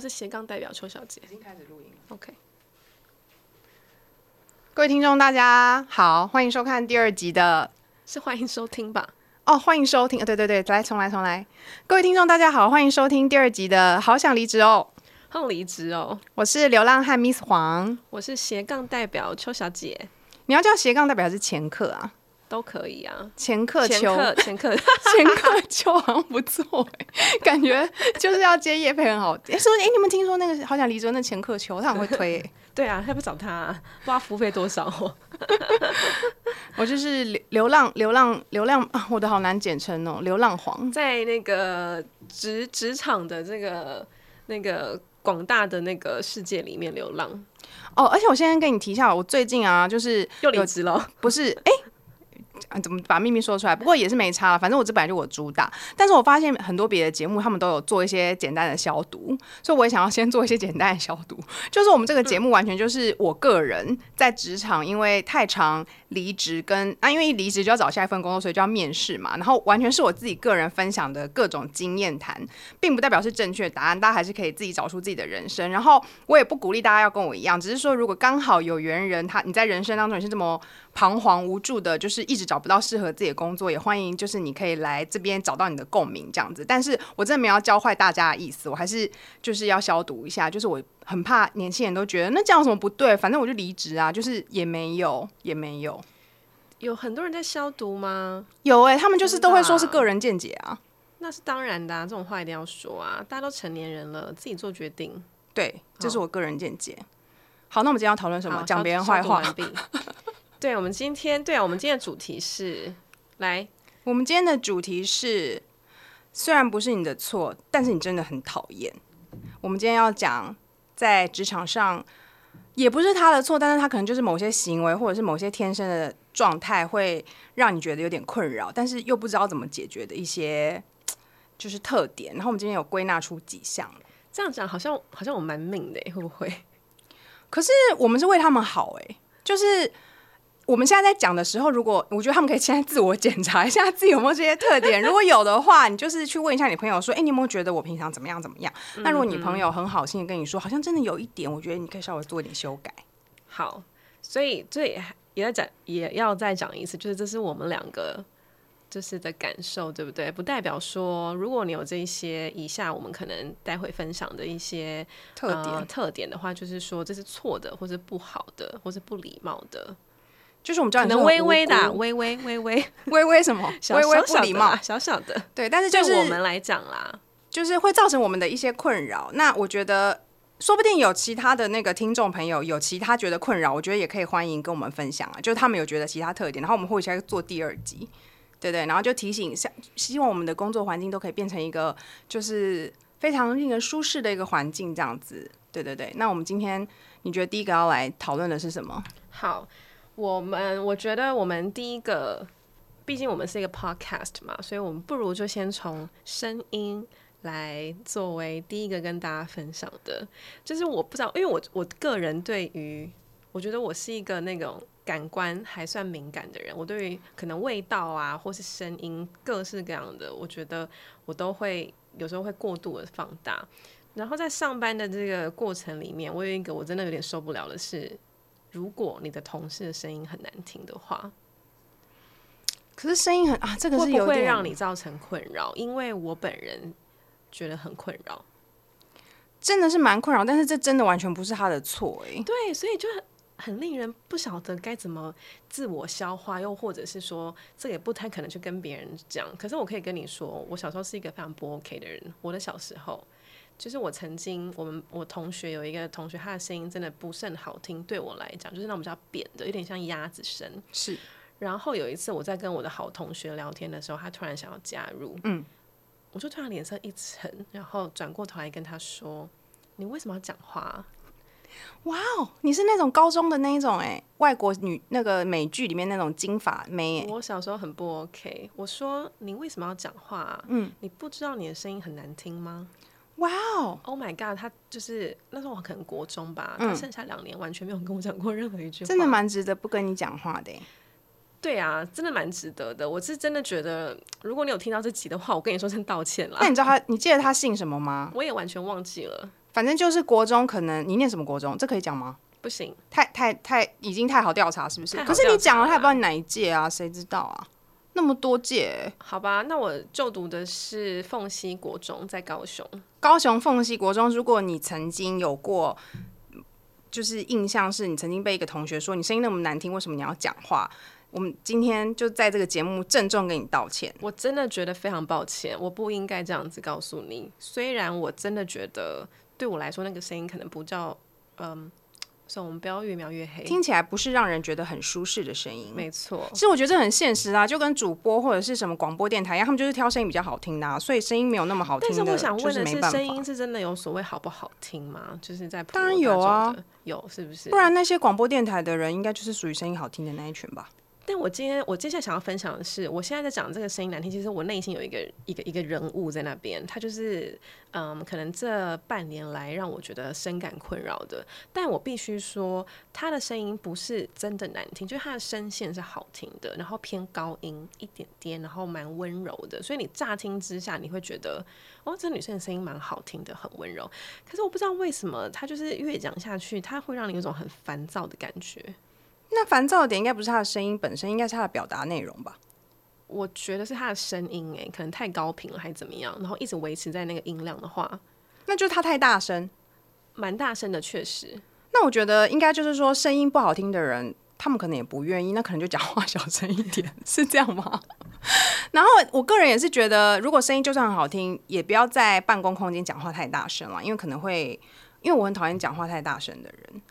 我是斜杠代表邱小姐已。经开始录音了。 OK，各位听众，大家好，欢迎收看第二集的是欢迎收听吧？哦，欢迎收听，呃对对对，来重来重来。各位听众，大家好，欢迎收听第二集的《好想离职哦》，好离职哦，我是流浪汉 Miss 黄。我是斜杠代表邱小姐，你要叫斜杠代表还是前客啊？都可以啊。前客前秋，客前 客，前客秋好像不错哎、感觉就是要接叶配很 好。哎、说哎、你们听说那个《好想离职》那前客秋，他很会推、欸。对啊，还不找他、啊，不知道服务费多少哦。 我就是流流浪流浪流浪啊，我的好难简称哦，流浪 黄。在那个职职场的这个那个广大的那个世界里面流浪，哦，而且我现在跟你提一下，我最近啊，就是又离职了。不是，哎、啊怎么把秘密说出来？不过也是没差了，反正我这本来就我主打。但是我发现很多别的节目，他们都有做一些简单的消毒，所以我也想要先做一些简单的消毒。就是我们这个节目完全就是我个人在职场，因为太常离职跟啊，因为一离职就要找下一份工作，所以就要面试嘛。然后完全是我自己个人分享的各种经验谈，并不代表是正确答案，大家还是可以自己找出自己的人生。然后我也不鼓励大家要跟我一样，只是说如果刚好有缘人他你在人生当中也是这么彷徨无助的，就是一直找不到适合自己的工作，也欢迎就是你可以来这边找到你的共鸣这样子。但是我真的没有要教坏大家的意思，我还是就是要消毒一下，就是我很怕年轻人都觉得那这样有什么不对，反正我就离职啊，就是也没有也没有有很多人在消毒吗？有哎、他们就是都会说是真的啊个人见解啊，那是当然的、啊，这种话一定要说啊！大家都成年人了，自己做决定。对，这是我个人见解。好，那我们今天要讨论什么好？讲消别人消坏毒话。完毕 对，我们今天对啊，我们今天的主题是来我们今天的主题是，虽然不是你的错，但是你真的很讨厌。我们今天要讲在职场上，也不是他的错，但是他可能就是某些行为或者是某些天生的状态，会让你觉得有点困扰，但是又不知道怎么解决的一些嘖就是特点。然后我们今天有归纳出几项，这样讲好像好像我蛮命的耶，会不会？可是我们是为他们好、欸，就是。我们现在在讲的时候，如果我觉得他们可以现在自我检查一下自己有没有这些特点， 如果有的话，你就是去问一下你朋友说，哎、你有没有觉得我平常怎么样怎么样？嗯那如果你朋友很好心的跟你说，好像真的有一点，我觉得你可以稍微做一点修改。好，所以这也也在讲，也要再讲一次，就是这是我们两个就是的感受，对不对？不代表说，如果你有这一些以下我们可能待会分享的一些特点、呃特点的话，就是说这是错的，或是不好的，或是不礼貌的，就是我们叫可你说能很微微的啊、无辜微微微微微微什么小微微小不小礼的貌啦，小小的，对，但是就对是我们来讲啦，就是会造成我们的一些困扰。那我觉得，说不定有其他的那个听众朋友有其他觉得困扰，我觉得也可以欢迎跟我们分享啊，就是他们有觉得其他特点，然后我们会再做第二集。对对，然后就提醒一下，希望我们的工作环境都可以变成一个就是非常令人舒适的一个环境，这样子。对对对，那我们今天你觉得第一个要来讨论的是什么？好，我们我觉得我们第一个，毕竟我们是一个 podcast 嘛，所以我们不如就先从声音来作为第一个跟大家分享的。就是我不知道，因为我我个人对于，我觉得我是一个那种感官还算敏感的人，我对于可能味道啊，或是声音各式各样的，我觉得我都会有时候会过度的放大。然后在上班的这个过程里面，我有一个我真的有点受不了的是，如果你的同事的声音很难听的话，可是声音很啊，这个是会有不点会让你造成困扰？因为我本人觉得很困扰。真的是蛮困扰，但是这真的完全不是他的错诶、对，所以就很很令人不晓得该怎么自我消化，又或者是说，这个也不太可能去跟别人讲。可是我可以跟你说，我小时候是一个非常不 OK 的人。我的小时候，就是我曾经，我们我同学有一个同学，他的声音真的不甚好听，对我来讲就是那种比较扁的，有点像鸭子声。是然后有一次我在跟我的好同学聊天的时候，他突然想要加入，嗯，我就突然脸色一沉，然后转过头来跟他说：“你为什么要讲话啊？哇哦，你是那种高中的那一种哎、外国女那个美剧里面那种金发妹、欸，我小时候很不 OK，我说你为什么要讲话、啊？嗯，你不知道你的声音很难听吗哇哦， ？Oh my god！他就是那时候我可能国中吧，他剩下两年完全没有跟我讲过任何一句话，真的？蛮值得不跟你讲话的、欸。对啊，真的蛮值得的。我是真的觉得，如果你有听到这集的话，我跟你说声道歉啦那。你知道她，你记得她姓什么吗？我也完全忘记了，反正就是国中，可能你念什么国中，这可以讲吗？不行，太太太，已经太好调查是不是？太好可是你讲了，调查了他也不知道你哪一届啊，谁知道啊？那么多届欸，好吧，那我就读的是凤溪国中，在高雄。高雄凤溪国中，如果你曾经有过，就是印象是你曾经被一个同学说你声音那么难听，为什么你要讲话？我们今天就在这个节目郑重跟你道歉。我真的觉得非常抱歉，我不应该这样子告诉你。虽然我真的觉得对我来说那个声音可能不叫，嗯，算了我们不要越描越黑。听起来不是让人觉得很舒适的声音。没错，其实我觉得这很现实啊，就跟主播或者是什么广播电台一样，他们就是挑声音比较好听的、啊，所以声音没有那么好听但的。是我想问就是的没是，办法声音是真的有所谓好不好听吗？就是在普当然罗大有啊众的，有是不是？不然那些广播电台的人应该就是属于声音好听的那一群吧？但我今天我接下来想要分享的是，我现在在讲这个声音难听，其实我内心有一个一个一个人物在那边，他就是嗯，可能这半年来让我觉得深感困扰的。但我必须说，他的声音不是真的难听，就是他的声线是好听的，然后偏高音一点点，然后蛮温柔的，所以你乍听之下你会觉得哦，这女生的声音蛮好听的，很温柔。可是我不知道为什么，她就是越讲下去，她会让你有种很烦躁的感觉。那烦躁的点应该不是他的声音本身，应该是他的表达内容吧？我觉得是他的声音哎，可能太高频了还是怎么样，然后一直维持在那个音量的话，那就是他太大声。蛮大声的，确实。那我觉得应该就是说，声音不好听的人，他们可能也不愿意，那可能就讲话 小声一点，是这样吗？ 然后我个人也是觉得，如果声音就算很好听，也不要在办公空间讲话太大声了，因为可能会，因为我很讨厌讲话太大声的人。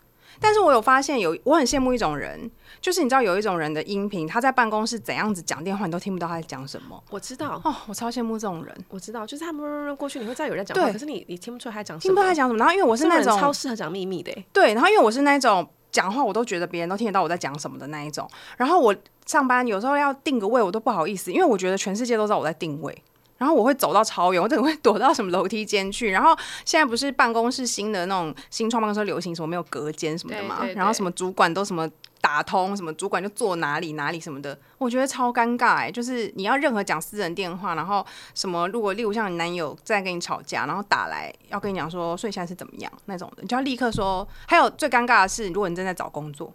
但是我有发现有，我很羡慕一种人，就是你知道有一种人的音频，他在办公室怎样子讲电话，你都听不到他在讲什么。我知道，哦，我超羡慕这种人，我知道，就是他们过去你会知道有人在讲话，对可是你你听不出来他讲什听不么。到他讲什么。然后因为我是这种那人种超适合讲秘密的欸，对，然后因为我是那种讲话我都觉得别人都听得到我在讲什么的那一种，然后我上班有时候要定个位，我都不好意思，因为我觉得全世界都知道我在定位。然后我会走到超远，我整个会躲到什么楼梯间去。然后现在不是办公室新的那种新创办公室流行什么没有隔间什么的嘛，对对对然后什么主管都什么打通，什么主管就坐哪里哪里什么的，我觉得超尴尬哎、就是你要任何讲私人电话，然后什么如果例如像你男友在跟你吵架，然后打来要跟你讲说，所以现在是怎么样那种的，你就要立刻说。还有最尴尬的是，如果你正在找工作，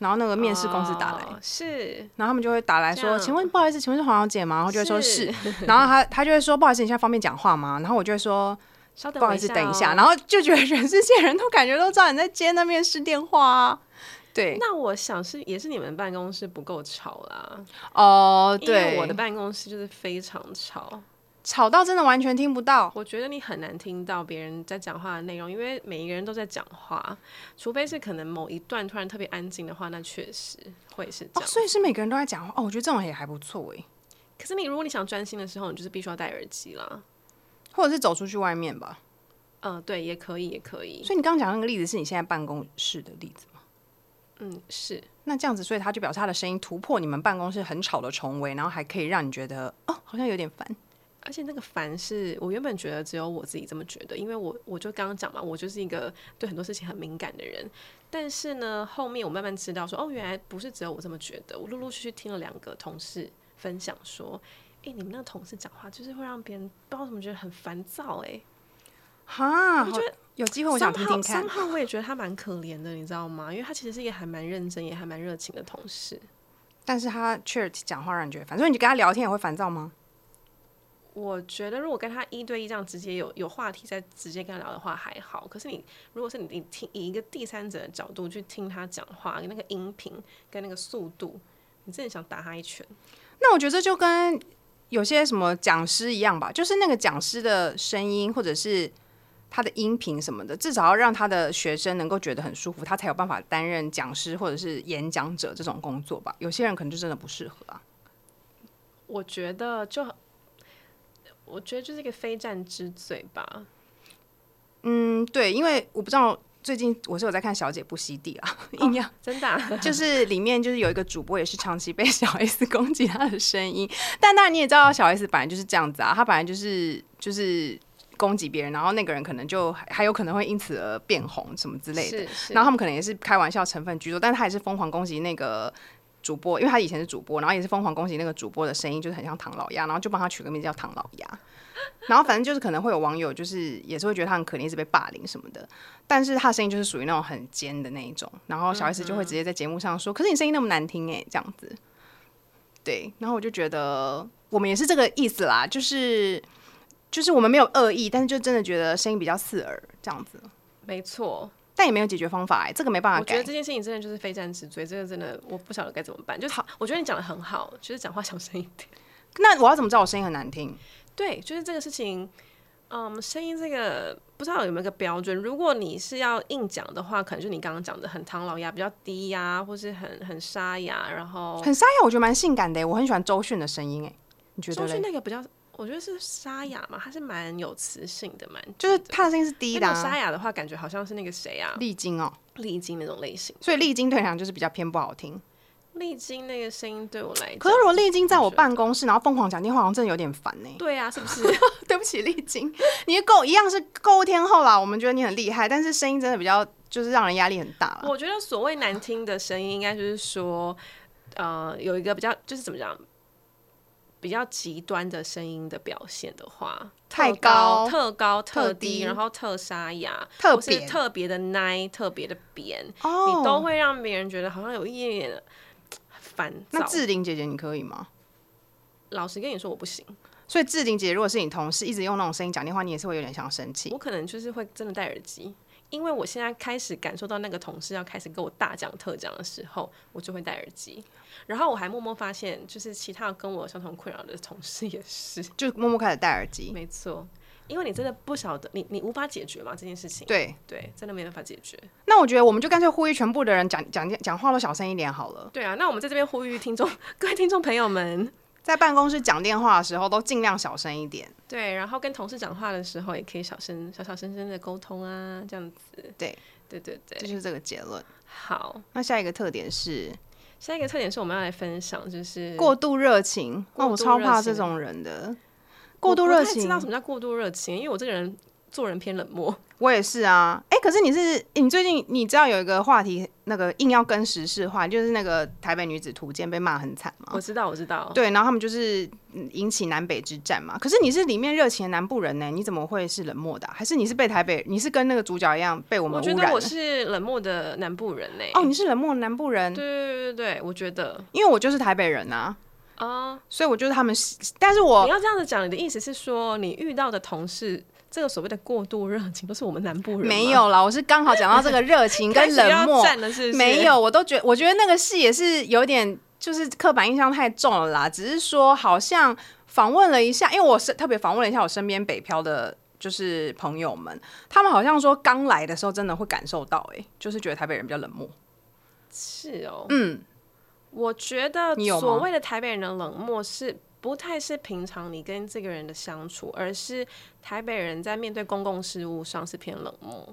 然后那个面试公司打来，哦是，然后他们就会打来这说：“样请问不好意思，请问是黄小姐吗？”然后就会说是，是然后他他就会说：“不好意思，你现在方便讲话吗？”然后我就会说：“稍等不好我意思， 等一下。”哦然后就觉得全世界人都感觉都知道你在接那面试电话、啊。对，那我想是也是你们办公室不够吵啦，哦，因为对，我的办公室就是非常吵，吵到真的完全听不到。我觉得你很难听到别人在讲话的内容，因为每一个人都在讲话，除非是可能某一段突然特别安静的话，那确实会是这哦，样。所以是每个人都在讲话哦，我觉得这种也还不错欸诶，可是你如果你想专心的时候，你就是必须要戴耳机啦。或者是走出去外面吧。呃，对，也可以，也可以。所以你刚刚讲的那个例子是你现在办公室的例子吗？嗯，是那这样子，所以他就表示他的声音突破你们办公室很吵的重围，然后还可以让你觉得哦，好像有点烦。而且那个烦是我原本觉得只有我自己这么觉得，因为我我就刚刚讲嘛，我就是一个对很多事情很敏感的人。但是呢，后面我慢慢知道说，哦，原来不是只有我这么觉得。我陆陆续续听了两个同事分享说，诶，你们那个同事讲话就是会让别人不知道怎么觉得很烦躁、诶。哈，我觉得好有机会我想听听看三。号我也觉得他蛮可怜的，你知道吗？因为他其实是一个还蛮认真也还蛮热情的同事。但是他确实讲话让你觉得烦，所以你跟他聊天也会烦躁吗？我觉得如果跟他一对一这样直接有有话题再直接跟他聊的话还好，可是你如果是你你听以一个第三者的角度去听他讲话，那个音频跟那个速度，你真的想打他一拳。那我觉得这就跟有些什么讲师一样吧，就是那个讲师的声音或者是他的音频什么的，至少要让他的学生能够觉得很舒服，他才有办法担任讲师或者是演讲者这种工作吧。有些人可能就真的不适合啊。我觉得就，我觉得就是一个非战之罪吧。 嗯，对，因为我不知道最近我是有在看《小姐不吸地》啊， 硬要真的啊、 就是里面就是有一个主播也是长期被小 S 攻击她的声音，但当然你也知道小 S 本来就是这样子啊，她本来就是就是攻击别人，然后那个人可能就还还有可能会因此而变红什么之类的，是是然后他们可能也是开玩笑成分居多，但她也是疯狂攻击那个。主播，因为他以前是主播，然后也是疯狂攻击那个主播的声音，就是很像唐老鸭，然后就帮他取个名字叫唐老鸭。然后反正就是可能会有网友就是也是会觉得他很可怜，一直被霸凌什么的，但是他的声音就是属于那种很尖的那一种，然嗯后小 S 就会直接在节目上说：“可是你声音那么难听哎、这样子。”对，然后我就觉得我们也是这个意思啦，就是就是我们没有恶意，但是就真的觉得声音比较刺耳这样子，没错，但也没有解决方法哎、这个没办法我觉得改。这件事情真的就是非战之罪，这个真的我不晓得该怎么办。就是我觉得你讲的很好，就是讲话小声一点。那我要怎么知道我声音很难听？对，就是这个事情，嗯，声音这个不知道有没有一个标准。如果你是要硬讲的话，可能就你刚刚讲的很唐老鸭，比较低呀、或是很很沙哑，然后很沙哑，我觉得蛮性感的欸，我很喜欢周迅的声音哎，你觉得中嘞训？那个比较，我觉得是沙哑嘛，它是蛮有磁性的，蛮就是她的声音是低那的、种啊沙，哑的话，感觉好像是那个谁啊，丽晶哦，丽晶那种类型。所以丽晶对你来讲就是比较偏不好听。丽晶那个声音对我来讲，可是如果丽晶在我办公室，然后疯狂讲电话，好像真的有点烦欸呢。对啊，是不是？ 对不起，丽晶，你够一样是购物天后啦，我们觉得你很厉害，但是声音真的比较就是让人压力很大啦。我觉得所谓难听的声音，应该就是说，呃，有一个比较就是怎么讲，比较极端的声音的表现的话，太特高、高特高、特特低，低然后特沙哑，特或是扁特别的奶、特别的扁，哦你都会让别人觉得好像有一点点的呃烦那躁。志玲姐姐你可以吗？老实跟你说，我不行，所以志玲姐姐如果是你同事，一直用那种声音讲电话，你也是会有点想生气我。可能就是会真的戴耳机。因为我现在开始感受到那个同事要开始跟我大讲特讲的时候，我就会戴耳机。然后我还默默发现，就是其他跟我有相同困扰的同事也是， 就默默开始戴耳机。没错。因为你真的不晓得，你你无法解决嘛这件事情。对，对，真的没办法解决。那我觉得我们就干脆呼吁全部的人讲讲讲话都小声一点好了，对啊，那我们在这边呼吁听众， 各位听众朋友们，在办公室讲电话的时候都尽量小声一点。对，然后跟同事讲话的时候也可以小声、小小声声的沟通啊，这样子。对，对对这对，就是这个结论。好。那下一个特点是下一个特点是我们要来分享，就是过度热情。过那度我超怕热情这种人的我过度热不太知情道。什么叫过度热情，因为我这个人做人偏冷漠。我也是啊，哎、可是你是你最近你知道有一个话题，那个硬要跟时事化，就是那个台北女子图鉴被骂很惨嘛我。知道，我知道，对，然后他们就是嗯引起南北之战嘛。可是你是里面热情的南部人呢、你怎么会是冷漠的啊、还是你是被台北，你是跟那个主角一样被我我们觉污得染我了？是冷漠的南部人呢、哦，你是冷漠的南部人对，对对对对，我觉得因为我就是台北人啊，啊、所以我就是他们喜，但是我你要这样子讲，你的意思是说，你遇到的同事，这个所谓的过度热情，都是我们南部人吗没有啦，我是刚好讲到这个热情跟冷漠，占了是不是没有，我都觉我觉得那个戏也是有点就是刻板印象太重了啦，只是说好像访问了一下，因为我是特别访问了一下我身边北漂的。就是朋友们，他们好像说刚来的时候真的会感受到、欸，就是觉得台北人比较冷漠。是哦。嗯，我觉得你有吗所谓的台北人的冷漠是。不太是平常你跟这个人的相处，而是台北人在面对公共事务上是偏冷漠，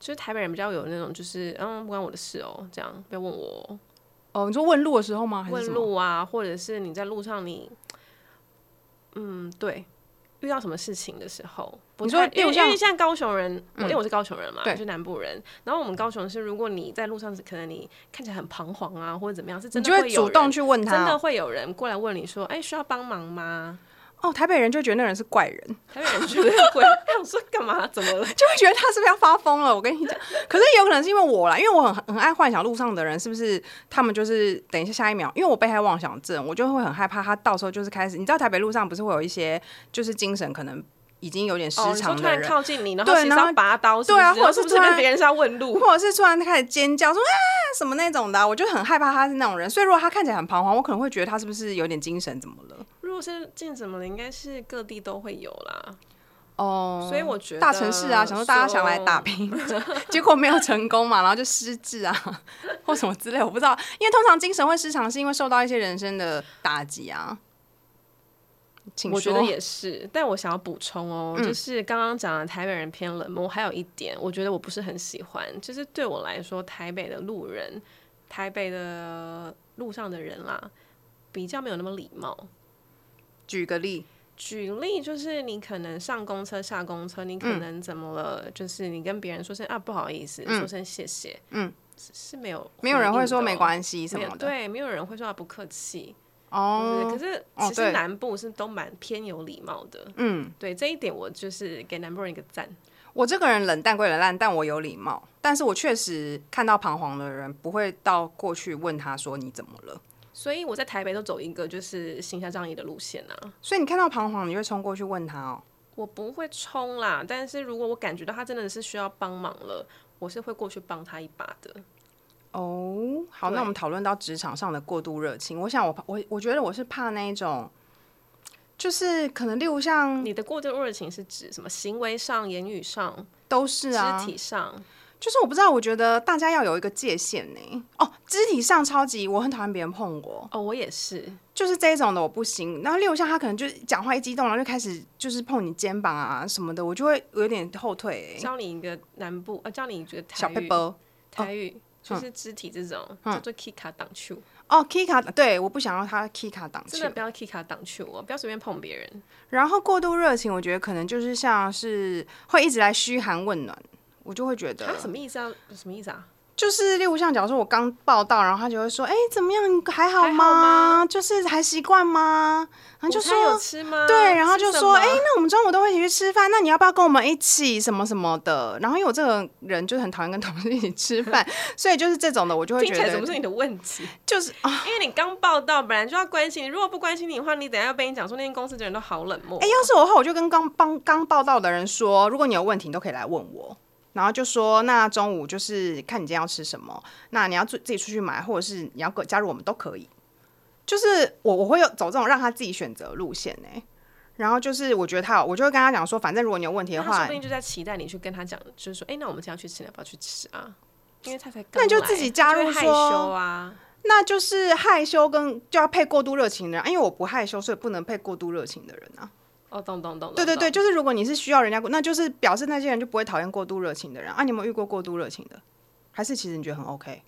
就是台北人比较有那种就是嗯不关我的事哦，这样不要问我哦、哦，你说问路的时候吗？还是问什么？路啊，或者是你在路上你，嗯，对，遇到什么事情的时候，不你太说因为例如像因为像高雄人，我因为我是高雄人嘛，对就是南部人，然后我们高雄是，如果你在路上可能你看起来很彷徨啊，或者怎么样，是你真的就会会有主动人去问真他的哦。会有人过来问你说，哎、需要帮忙吗？哦，台北人就觉得那人是怪人，台北人觉得会， 我说干嘛？怎么了？就会觉得他是不是要发疯了？我跟你讲，可是有可能是因为我啦，因为我很很爱幻想路上的人是不是他们就是等一下下一秒，因为我被害妄想症，我就会很害怕他到时候就是开始，你知道台北路上不是会有一些就是精神可能已经有点失哦，你说常突的然人。靠近你，然后对其实然要后拔刀是不对然啊后或者是是不是突然那别人是要问路？或者是突然开始尖叫说啊什么那种的啊、我就很害怕他是那种人，所以如果他看起来很彷徨，我可能会觉得他是不是有点精神怎么了？如果是进什么的，应该是各地都会有啦。哦、所以我觉得大城市啊，想说大家想来打拼， 结果没有成功嘛，然后就失智啊，或什么之类，我不知道。因为通常精神会失常，是因为受到一些人生的打击啊。请我觉得说嗯也是，但我想要补充哦，就是刚刚讲的台北人偏冷漠，还有一点，我觉得我不是很喜欢，就是对我来说，台北的路人，台北的路上的人啦，比较没有那么礼貌。举个例，举例就是你可能上公车下公车，你嗯可能怎么了？就是你跟别人说声啊不好意思，说声谢谢，嗯，是是没有没有人会说回应的没哦关系什没有么的。对，没有人会说他不客气。就是可哦，是哦其实对南部是都蛮偏有礼貌的，嗯，对这一点我就是给南部人一个赞。我这个人冷淡归冷淡，但我有礼貌。但是我确实看到彷徨的人，不会到过去问他说你怎么了。所以我在台北都走一个就是行侠仗义的路线啊，所以你看到彷徨，你会冲过去问他哦。我不会冲啦，但是如果我感觉到他真的是需要帮忙了，我是会过去帮他一把的。哦，好，那对我们讨论到职场上的过度热情，我想我怕我我觉得我是怕那一种，就是可能例如像你的过度热情是指什么？行为上、言语上、都是啊肢，体上，就是我不知道，我觉得大家要有一个界限呢、哦，肢体上超级，我很讨厌别人碰我，哦，我也是，就是这一种的我不行。然后例如像他可能就是讲话一激动，然后就开始就是碰你肩膀啊什么的，我就会有点后退、欸。教你一个南部，呃，教你一个小台佩哦嗯语，波台语就是肢体这种、叫做 “kika 挡球”，哦，Kika，对，我不想要他 Kika 挡真球的。不要 “kika 挡球”哦，不要随便碰别人。然后过度热情，我觉得可能就是像是会一直来嘘寒问暖，我就会觉得啊，什么意思啊？什么意思啊？就是例如像假如说我刚报道，然后他就会说，哎、怎么样？你还好还好吗？就是还习惯吗？然后就午说餐有吃吗？对，然后就吃什说，么哎、那我们中午都会一起去吃饭，那你要不要跟我们一起什么什么的？然后因为我这个人就是很讨厌跟同事一起吃饭， 所以就是这种的，我就会听觉起来怎么得是你的问题？就是啊，因为你刚报道，本来就要关心你。如果不关心你的话，你等一下要被你讲说那间公司的人都好冷漠。哎、要是我的话，我就跟刚帮刚报道的人说，如果你有问题，你都可以来问我。然后就说，那中午就是看你今天要吃什么，那你要自自己出去买，或者是你要跟加入我们都可以。就是我我会有走这种让他自己选择路线呢、然后就是我觉得他有，我就会跟他讲说，反正如果你有问题的他说话不，定就在期待你去跟他讲，就是说，哎、那我们今天要去吃，你要不要去吃啊？因为他才刚那你就来自己他加就入会害说羞啊。那就是害羞跟就要配过度热情的人，因为我不害羞，所以不能配过度热情的人啊。哦，懂懂懂，对对懂对，，就是如果你是需要人家过，那就是表示那些人就不会讨厌过度热情的人啊。你有没有遇过过度热情的？还是其实你觉得很 OK，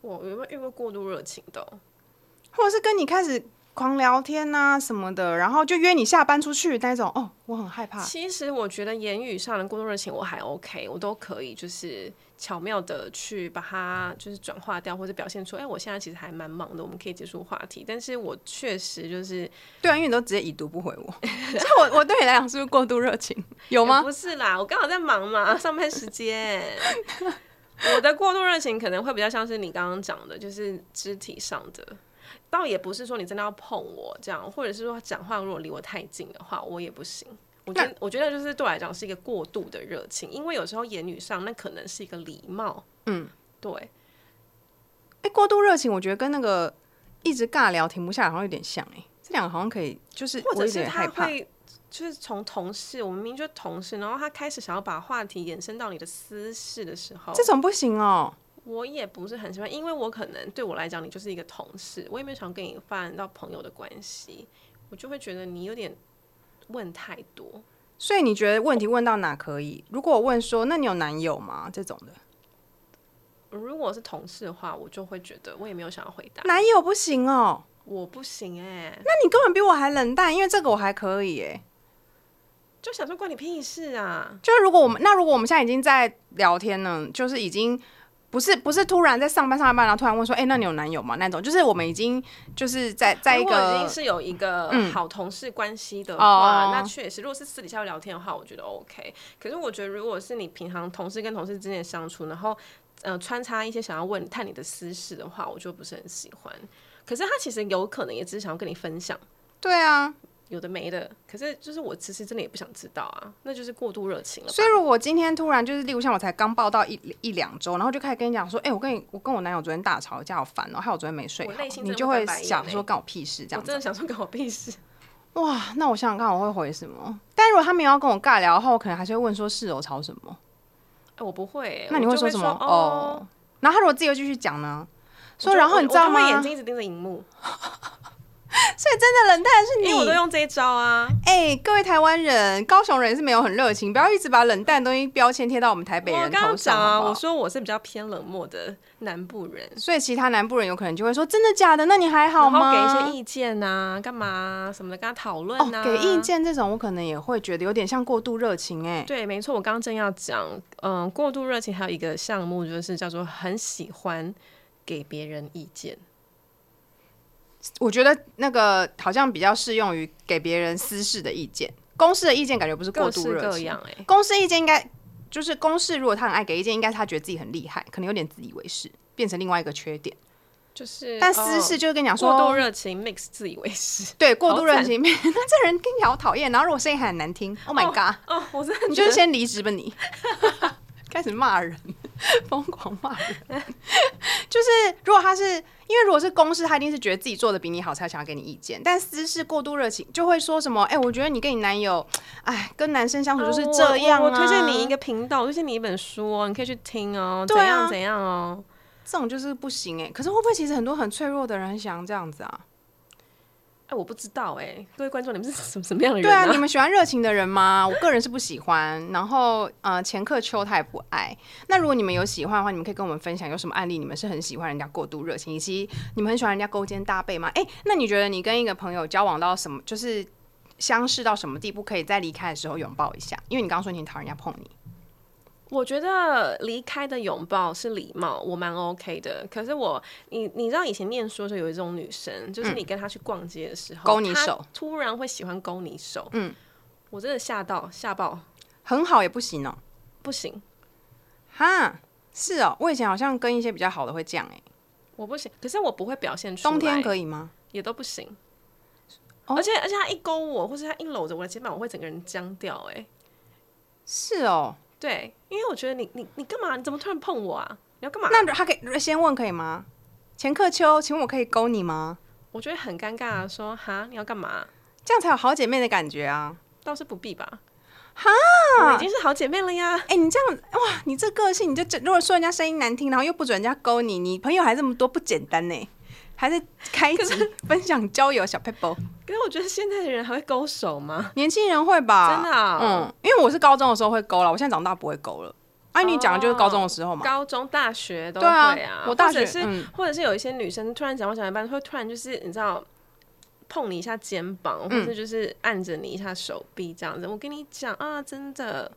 我有没有遇过过度热情的哦、或者是跟你开始狂聊天啊什么的，然后就约你下班出去那种？哦，我很害怕。其实我觉得言语上的过度热情我还 OK，我都可以，就是巧妙的去把它就是转化掉，或者表现出，哎、我现在其实还蛮忙的，我们可以结束话题。但是我确实就是对啊，因为你都直接已读不回 我，所以我我对你来讲是不是过度热情？有也吗？不是啦，我刚好在忙嘛， 上班时间。我的过度热情可能会比较像是你刚刚讲的，就是肢体上的，倒也不是说你真的要碰我这样，或者是说讲话如果离我太近的话，我也不行。我觉得，我觉得就是对我来讲是一个过度的热情，因为有时候言语上那可能是一个礼貌，嗯，对，哎、过度热情，我觉得跟那个一直尬聊停不下来好像有点像哎、这两个好像可以，就是哦或我者有是点害他怕。会就是从同事，我们明明就同事，然后他开始想要把话题延伸到你的私事的时候，这种不行哦。我也不是很喜欢，因为我可能对我来讲，你就是一个同事，我也没有想跟你发展到朋友的关系，我就会觉得你有点问太多。所以你觉得问题问到哪可以？如果我问说，那你有男友吗？这种的，如果是同事的话，我就会觉得我也没有想要回答，男友不行哦。我不行哎、那你根本比我还冷淡，因为这个我还可以哎。就想说关你屁事啊！就是如果我们那如果我们现在已经在聊天呢，就是已经不是不是突然在上班上班，然后突然问说，哎、那你有男友吗？那种就是我们已经就是在在一如果哎已个嗯经是有一个好同事关系的话，哦那确实，如果是私底下聊天的话，我觉得 OK。可是我觉得，如果是你平常同事跟同事之间的相处，然后呃穿插一些想要问探你的私事的话，我就不是很喜欢。可是他其实有可能也只是想要跟你分享对啊。有的没的，可是就是我其实真的也不想知道啊，那就是过度热情了吧。所以如果我今天突然就是，例如像我才刚报到一一两周，然后就开始跟你讲说，哎、我跟你我跟我男友昨天大吵架，好烦哦、害我昨天没睡好我内，心真的你就会会翻白眼想欸说干我屁事这我样子真。的想说跟我屁事，哇，那我想想看我会回什么？但如果他们要跟我尬聊的话，我可能还是会问说室友吵什么？哎，我不会欸、那你我会就说会什说么？哦，，然后他如果自己又继续讲呢？我说就然后你我知我道就会 吗眼？睛一直盯着荧幕，以真的冷淡的是因为我都你。用这一招啊。哎、各位台湾人，高雄人也是没有很热情，不要一直把冷淡的东西标签贴到我们台北我人刚刚头上讲好啊，不好我说我是比较偏冷漠的南部人，所以其他南部人有可能就会说：“真的假的？那你还好然后吗？”给一些意见啊，干嘛啊、什么的，跟他讨论啊、哦，给意。见这种，我可能也会觉得有点像过度热情哎、对，没错，我刚刚正要讲，嗯，过度热情还有一个项目就是叫做很喜欢给别人意见。我觉得那个好像比较适用于给别人私事的意见，公事的意见感觉不是过各度式热各情样。哎、公事意见应该就是公事，如果他很爱给意见，应该是他觉得自己很厉害，可能有点自以为是，变成另外一个缺点。就是但私事哦就是跟你讲说，过度热情 mix 自以为是。 对过度好热赞情，那 这人跟你好讨厌。然后如果声音还很难听，Oh my god，、 哦，我真的你觉就得是先离职 吧你。开始骂人，疯狂骂人。就是如果他是因为如果是公事，他一定是觉得自己做的比你好才想要给你意见。但私事过度热情，就会说什么：“哎、我觉得你跟你男友，哎，跟男生相处就是这样、啊哦我我我推荐你一个频道，我推荐你一本书哦，你可以去听哦。对啊怎样怎样哦？这种就是不行哎、可是会不会其实很多很脆弱的人很想这样子啊？哎，我不知道哎、各位观众，你们是什么什么样的人、对啊，你们喜欢热情的人吗？我个人是不喜欢。然后呃，前客秋他也不爱。那如果你们有喜欢的话，你们可以跟我们分享有什么案例，你们是很喜欢人家过度热情，以及你们很喜欢人家勾肩搭背吗？哎、那你觉得你跟一个朋友交往到什么，就是相识到什么地步，可以在离开的时候拥抱一下？因为你刚刚说你很讨厌人家碰你。我觉得离开的拥抱是礼貌，我蛮 OK 的。可是我，你你知道以前念书的时候有一种女生，就是你跟她去逛街的时候，嗯勾你手，突然会喜欢勾你手，嗯，我真的吓到吓爆，很好也不行哦、不行，哈，是哦、我以前好像跟一些比较好的会这样哎、我不行。可是我不会表现出来，冬天可以吗？也都不行。哦而且而且他一勾我，或是他一搂着我的肩膀，我会整个人僵掉、欸。哎，是哦、对，因为我觉得你你你干嘛？你怎么突然碰我啊？你要干嘛？那他可以先问可以吗？前客秋，请问我可以勾你吗？我觉得很尴尬啊，说哈你要干嘛？这样才有好姐妹的感觉啊！倒是不必吧。哈，我们已经是好姐妹了呀。哎、你这样哇，你这个性，你就如果说人家声音难听，然后又不准人家勾你，你朋友还这么多，不简单呢。还在开一集分享交友小 paper，可是我觉得现在的人还会勾手吗？年轻人会吧？真的啊嗯，因为我是高中的时候会勾了，我现在长大不会勾了。哎、你讲的就是高中的时候嘛。高中、大学都会对啊啊我大学或者是、嗯或者是有一些女生突然讲话讲到一半，会突然就是你知道碰你一下肩嗯膀，或者就是按着你一下手臂这样子。我跟你讲啊，真的，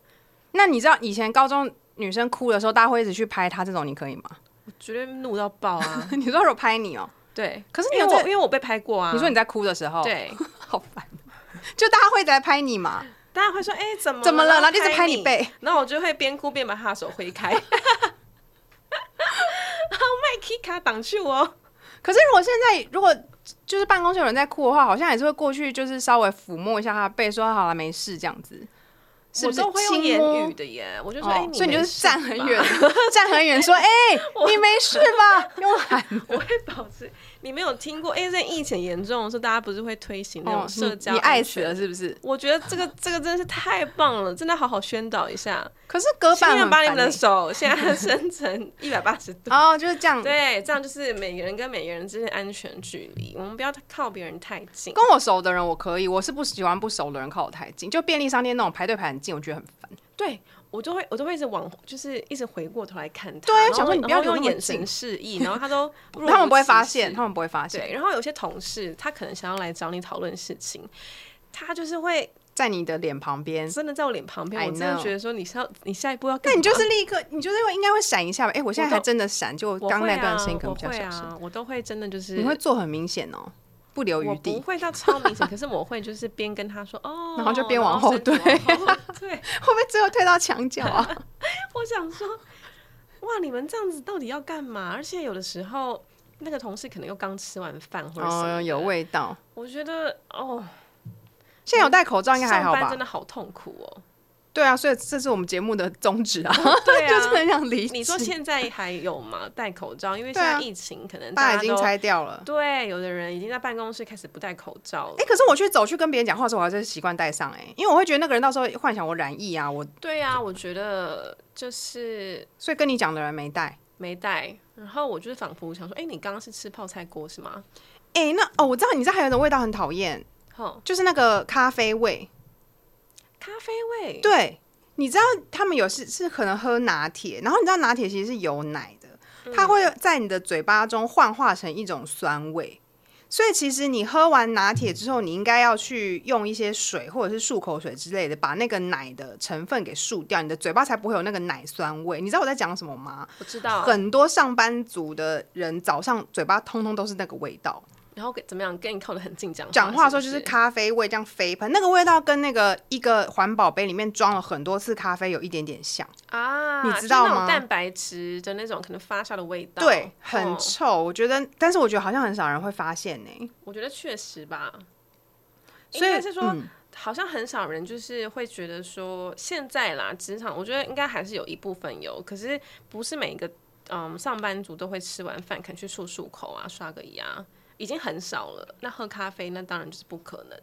那你知道以前高中女生哭的时候，大家会一直去拍她，这种你可以吗？ 我绝对怒到爆啊！你说如果拍你哦、对，可是你因为有我因在为我被拍过啊。你说你在哭的时候，，对， 好烦，就大家会一直在拍你嘛？大家会说哎、怎么怎么了？了？然后就一直拍你你背。，然后我就会边哭边把他的手挥开。哈 哈哈麦克卡挡住哦！可是如果现在如果就是办公室有人在哭的话，好像也是会过去，就是稍微抚摸一下他的背，说好了没事这样子，是不我是？都会用轻言摸语的耶，我就说哎、哦，所以你没就是事站很吧远， 站很远说：“哎、你没事吧？”用喊 我会保持。你没有听过？哎、在疫情严重的时候，大家不是会推行那哦种，社你交、你爱死了！是不是？我觉得这 个这个真的是太棒了，真的好好宣导一下。可是隔尽板量很把你烦们的欸手现在伸 成一百八十度。哦，就是这样。对，这样就是每个人跟每个人之间的安全距离，我们不要靠别人太近。跟我熟的人我可以，我是不喜欢不熟的人靠我太近，就便利商店那种排队排很近，我觉得很烦。对哎我就会我都会一直往，就是一直回过头来看他。对啊然后想说你不要然后离我那用么眼神近示意，然后他 都若他们无不会其发事现，他们不会发 现，对，然后有些同事他可能想要来找你讨论事情，他就是会在你的脸旁边。真的在我脸旁边， I 我真的 know 觉得说你是要你下一步要干嘛？那 你就是立刻，你就是会应该会闪一下吧？哎、我现在我都还真的闪，就我刚会那段啊声音可能我比较会小声。啊，我都会真的就是你会做很明显哦，不留我余不地。 会到超明显，可是我会就是边跟他说哦，然后就边然往后身体退往后退。会不会最后退到墙角 啊？我想说，哇，你们这样子到底要干嘛？而且有的时候那个同事可能又刚吃完饭或者什么的，哦，有味道。我觉得哦，现在有戴口罩应该还上好班吧真？的好痛苦 哦。对啊，所以这是我们节目的宗旨啊，对 就是啊，很想离职。你说现在还有吗？戴口罩，因为对现啊在疫情，可能大家家已经都拆掉了。对，有的人已经在办公室开始不戴口罩了哎、。可是我去走去跟别人讲话的时候，我还是习惯戴上哎、因为我会觉得那个人到时候幻想我染疫啊，我对啊，我觉得就是所以跟你讲的人没戴。没戴，然后我就是仿佛想说，哎、你刚刚是吃泡菜锅是吗？哎、那哦，我知道你知道还有一种味道很讨厌，好，就是那个咖啡味。咖啡味，对，你知道他们有是是可能喝拿铁，然后你知道拿铁其实是有奶的，它会在你的嘴巴中幻化成一种酸味。所以其实你喝完拿铁之后，你应该要去用一些水或者是漱口水之类的，把那个奶的成分给漱掉，你的嘴巴才不会有那个奶酸味。你知道我在讲什么吗？我知道。很多上班族的人早上嘴巴通通都是那个味道。然后给怎么样？跟你靠得很近讲讲话的时候就是是不咖啡味这样飞喷，那个味道跟那个一个环保杯里面装了很多次咖啡有一点点像，啊，你知就是道那种吗蛋白质的那种可能发酵的味道，对嗯，很臭。我觉得，但是我觉得好像很少人会发现呢、我觉得确实吧。应所以该是说，嗯好像很少人就是会觉得说现在啦，职场我觉得应该还是有一部分有，可是不是每一个嗯上班族都会吃完饭肯去漱漱口啊，刷个牙，已经很少了。那喝咖啡那当然就是不可能。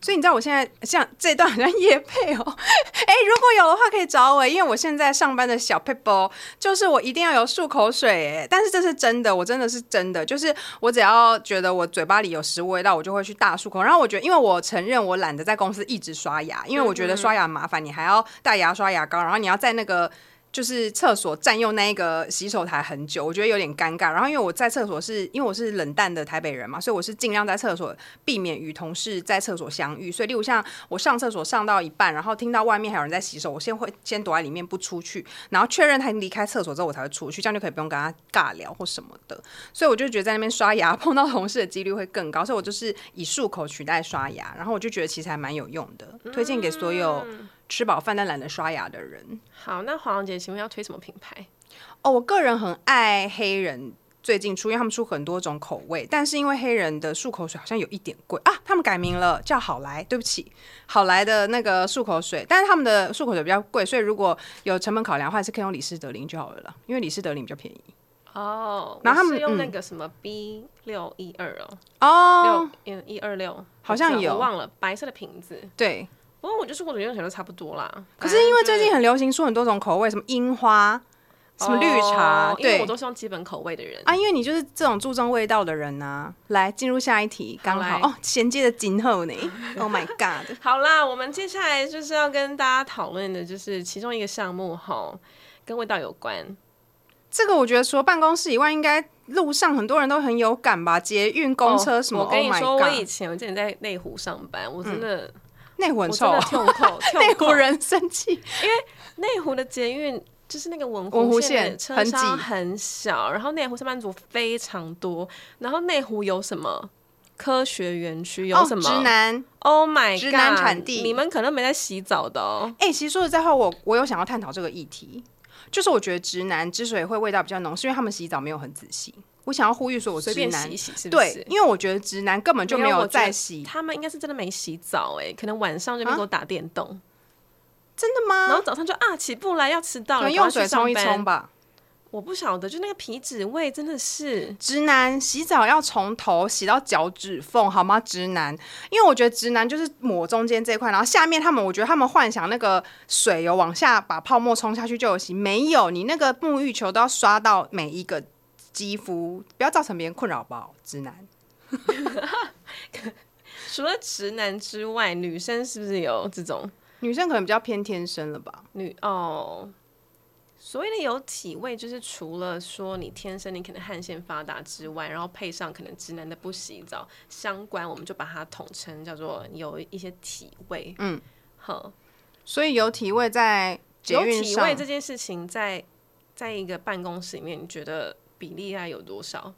所以你知道我现在像这段好像叶配哦， 哎、如果有的话可以找我，因为我现在上班的小 paper 就是我一定要有漱口水，哎，但是这是真的，我真的是真的，就是我只要觉得我嘴巴里有食物味道，我就会去大漱口。然后我觉得，因为我承认我懒得在公司一直刷牙，因为我觉得刷牙很麻烦，你还要带牙刷、牙膏，然后你要在那个。就是厕所占用那一个洗手台很久，我觉得有点尴尬。然后因为我在厕所是因为我是冷淡的台北人嘛，所以我是尽量在厕所避免与同事在厕所相遇。所以，例如像我上厕所上到一半，然后听到外面还有人在洗手，我先会先躲在里面不出去，然后确认他已经离开厕所之后，我才会出去，这样就可以不用跟他尬聊或什么的。所以我就觉得在那边刷牙碰到同事的几率会更高，所以我就是以漱口取代刷牙，然后我就觉得其实还蛮有用的，推荐给所有吃饱饭但懒得刷牙的人。好，那黄姐，请问要推什么品牌？哦，我个人很爱黑人。最近出，因为他们出很多种口味，但是因为黑人的漱口水好像有一点贵啊，他们改名了叫好来，对不起，好来的那个漱口水，但是他们的漱口水比较贵，所以如果有成本考量的话，还是可以用李施德林就好了啦，因为李施德林比较便宜哦，然后我他们是用嗯那个什么 B 六一二哦，哦六。嗯一二六，好像我不知道有我忘了白色的瓶子。对，不过我就是我觉得用起来都差不多啦。可是因为反正最就是近很流行出很多种口味，什么樱花，什么绿茶，哦因为对我都是用基本口味的人。啊，因为你就是这种注重味道的人呐、来，进入下一题，刚好来哦，衔接的今后呢，Oh my God，好啦，我们接下来就是要跟大家讨论的，就是其中一个项目哈，跟味道有关。这个我觉得除了办公室以外，应该路上很多人都很有感吧，捷运、公车什么。哦我跟你 oh my 说，我 God 以前我之前在内湖上班，我真的、内湖我很真臭啊的，痛 口，内痛湖口。人生气。内湖的捷运就是那个文文湖湖线的线车很厢挤很小，然后内湖上班族非常多，然后内湖有什么？科学园区有哦什么？直男， Oh my god！直男产地你们可能没在洗澡的哦。哎、其实说实在话，我我有想要探讨这个议题，就是我觉得直男之所以会味道比较浓，是因为他们洗澡没有很仔细。我想要呼吁说，我随是便直洗男一，洗，是不是？对，因为我觉得直男根本就没没有有我觉在得洗，他们应该是真的没洗澡哎、可能晚上就边啊给我打电动，真的然吗？后早上就啊起不来要迟到可了，能用赶快水去上冲一班冲。吧。我不晓得，就那个皮脂味真的是直男洗澡要从头洗到脚趾缝，好吗？直男，因为我觉得直男就是抹中间这一块，然后下面他们，我觉得他们幻想那个水有往下把泡沫冲下去就有洗，没有，你那个沐浴球都要刷到每一个肌肤，不要造成别人困扰吧，直男。除了直男之外，女生是不是有这种女生可能比较偏天生了吧，女哦？所谓的有体味，就是除了说你天生你可能汗腺发达之外，然后配上可能直男的不洗澡相关，我们就把它统称叫做有一些体味。嗯，好，所以有体味在捷有运体味上这件事情在，在一个办公室里面，你觉得比例大概有多少？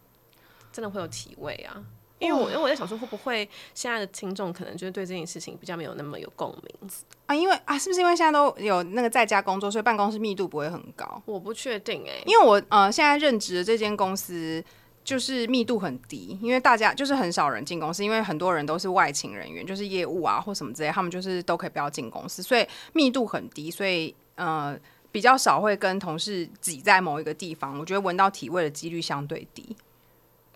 真的会有体味啊？因为我因为我在想说，会不会现在的听众可能就是对这件事情比较没有那么有共鸣？啊，因为啊，是不是因为现在都有那个在家工作，所以办公室密度不会很高？我不确定哎、因为我呃现在任职的这间公司就是密度很低，因为大家就是很少人进公司，因为很多人都是外勤人员，就是业务啊或什么之类，他们就是都可以不要进公司，所以密度很低，所以呃比较少会跟同事挤在某一个地方，我觉得闻到体味的几率相对低。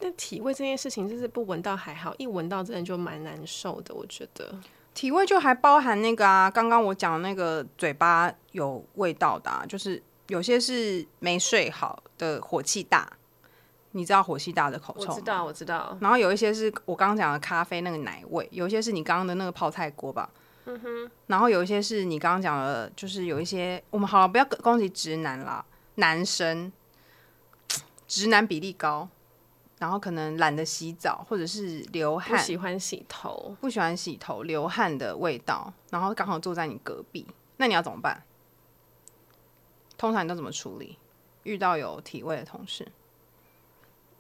但体味这件事情，就是不闻到还好，一闻到真的就蛮难受的。我觉得体味就还包含那个啊，刚刚我讲那个嘴巴有味道的、啊，就是有些是没睡好的火气大，你知道火气大的口我臭知吗？道，我知道，然后有一些是我刚刚讲的咖啡那个奶味，有一些是你刚刚的那个泡菜锅吧。嗯哼。然后有一些是你刚刚讲的，就是有一些我们好了，不要攻击直男啦，男生直男比例高，然后可能懒得洗澡，或者是流不汗，喜欢洗头，不喜欢洗头，流汗的味道，然后刚好坐在你隔壁，那你要怎么办？通常你都怎么处理？遇到有体味的同事，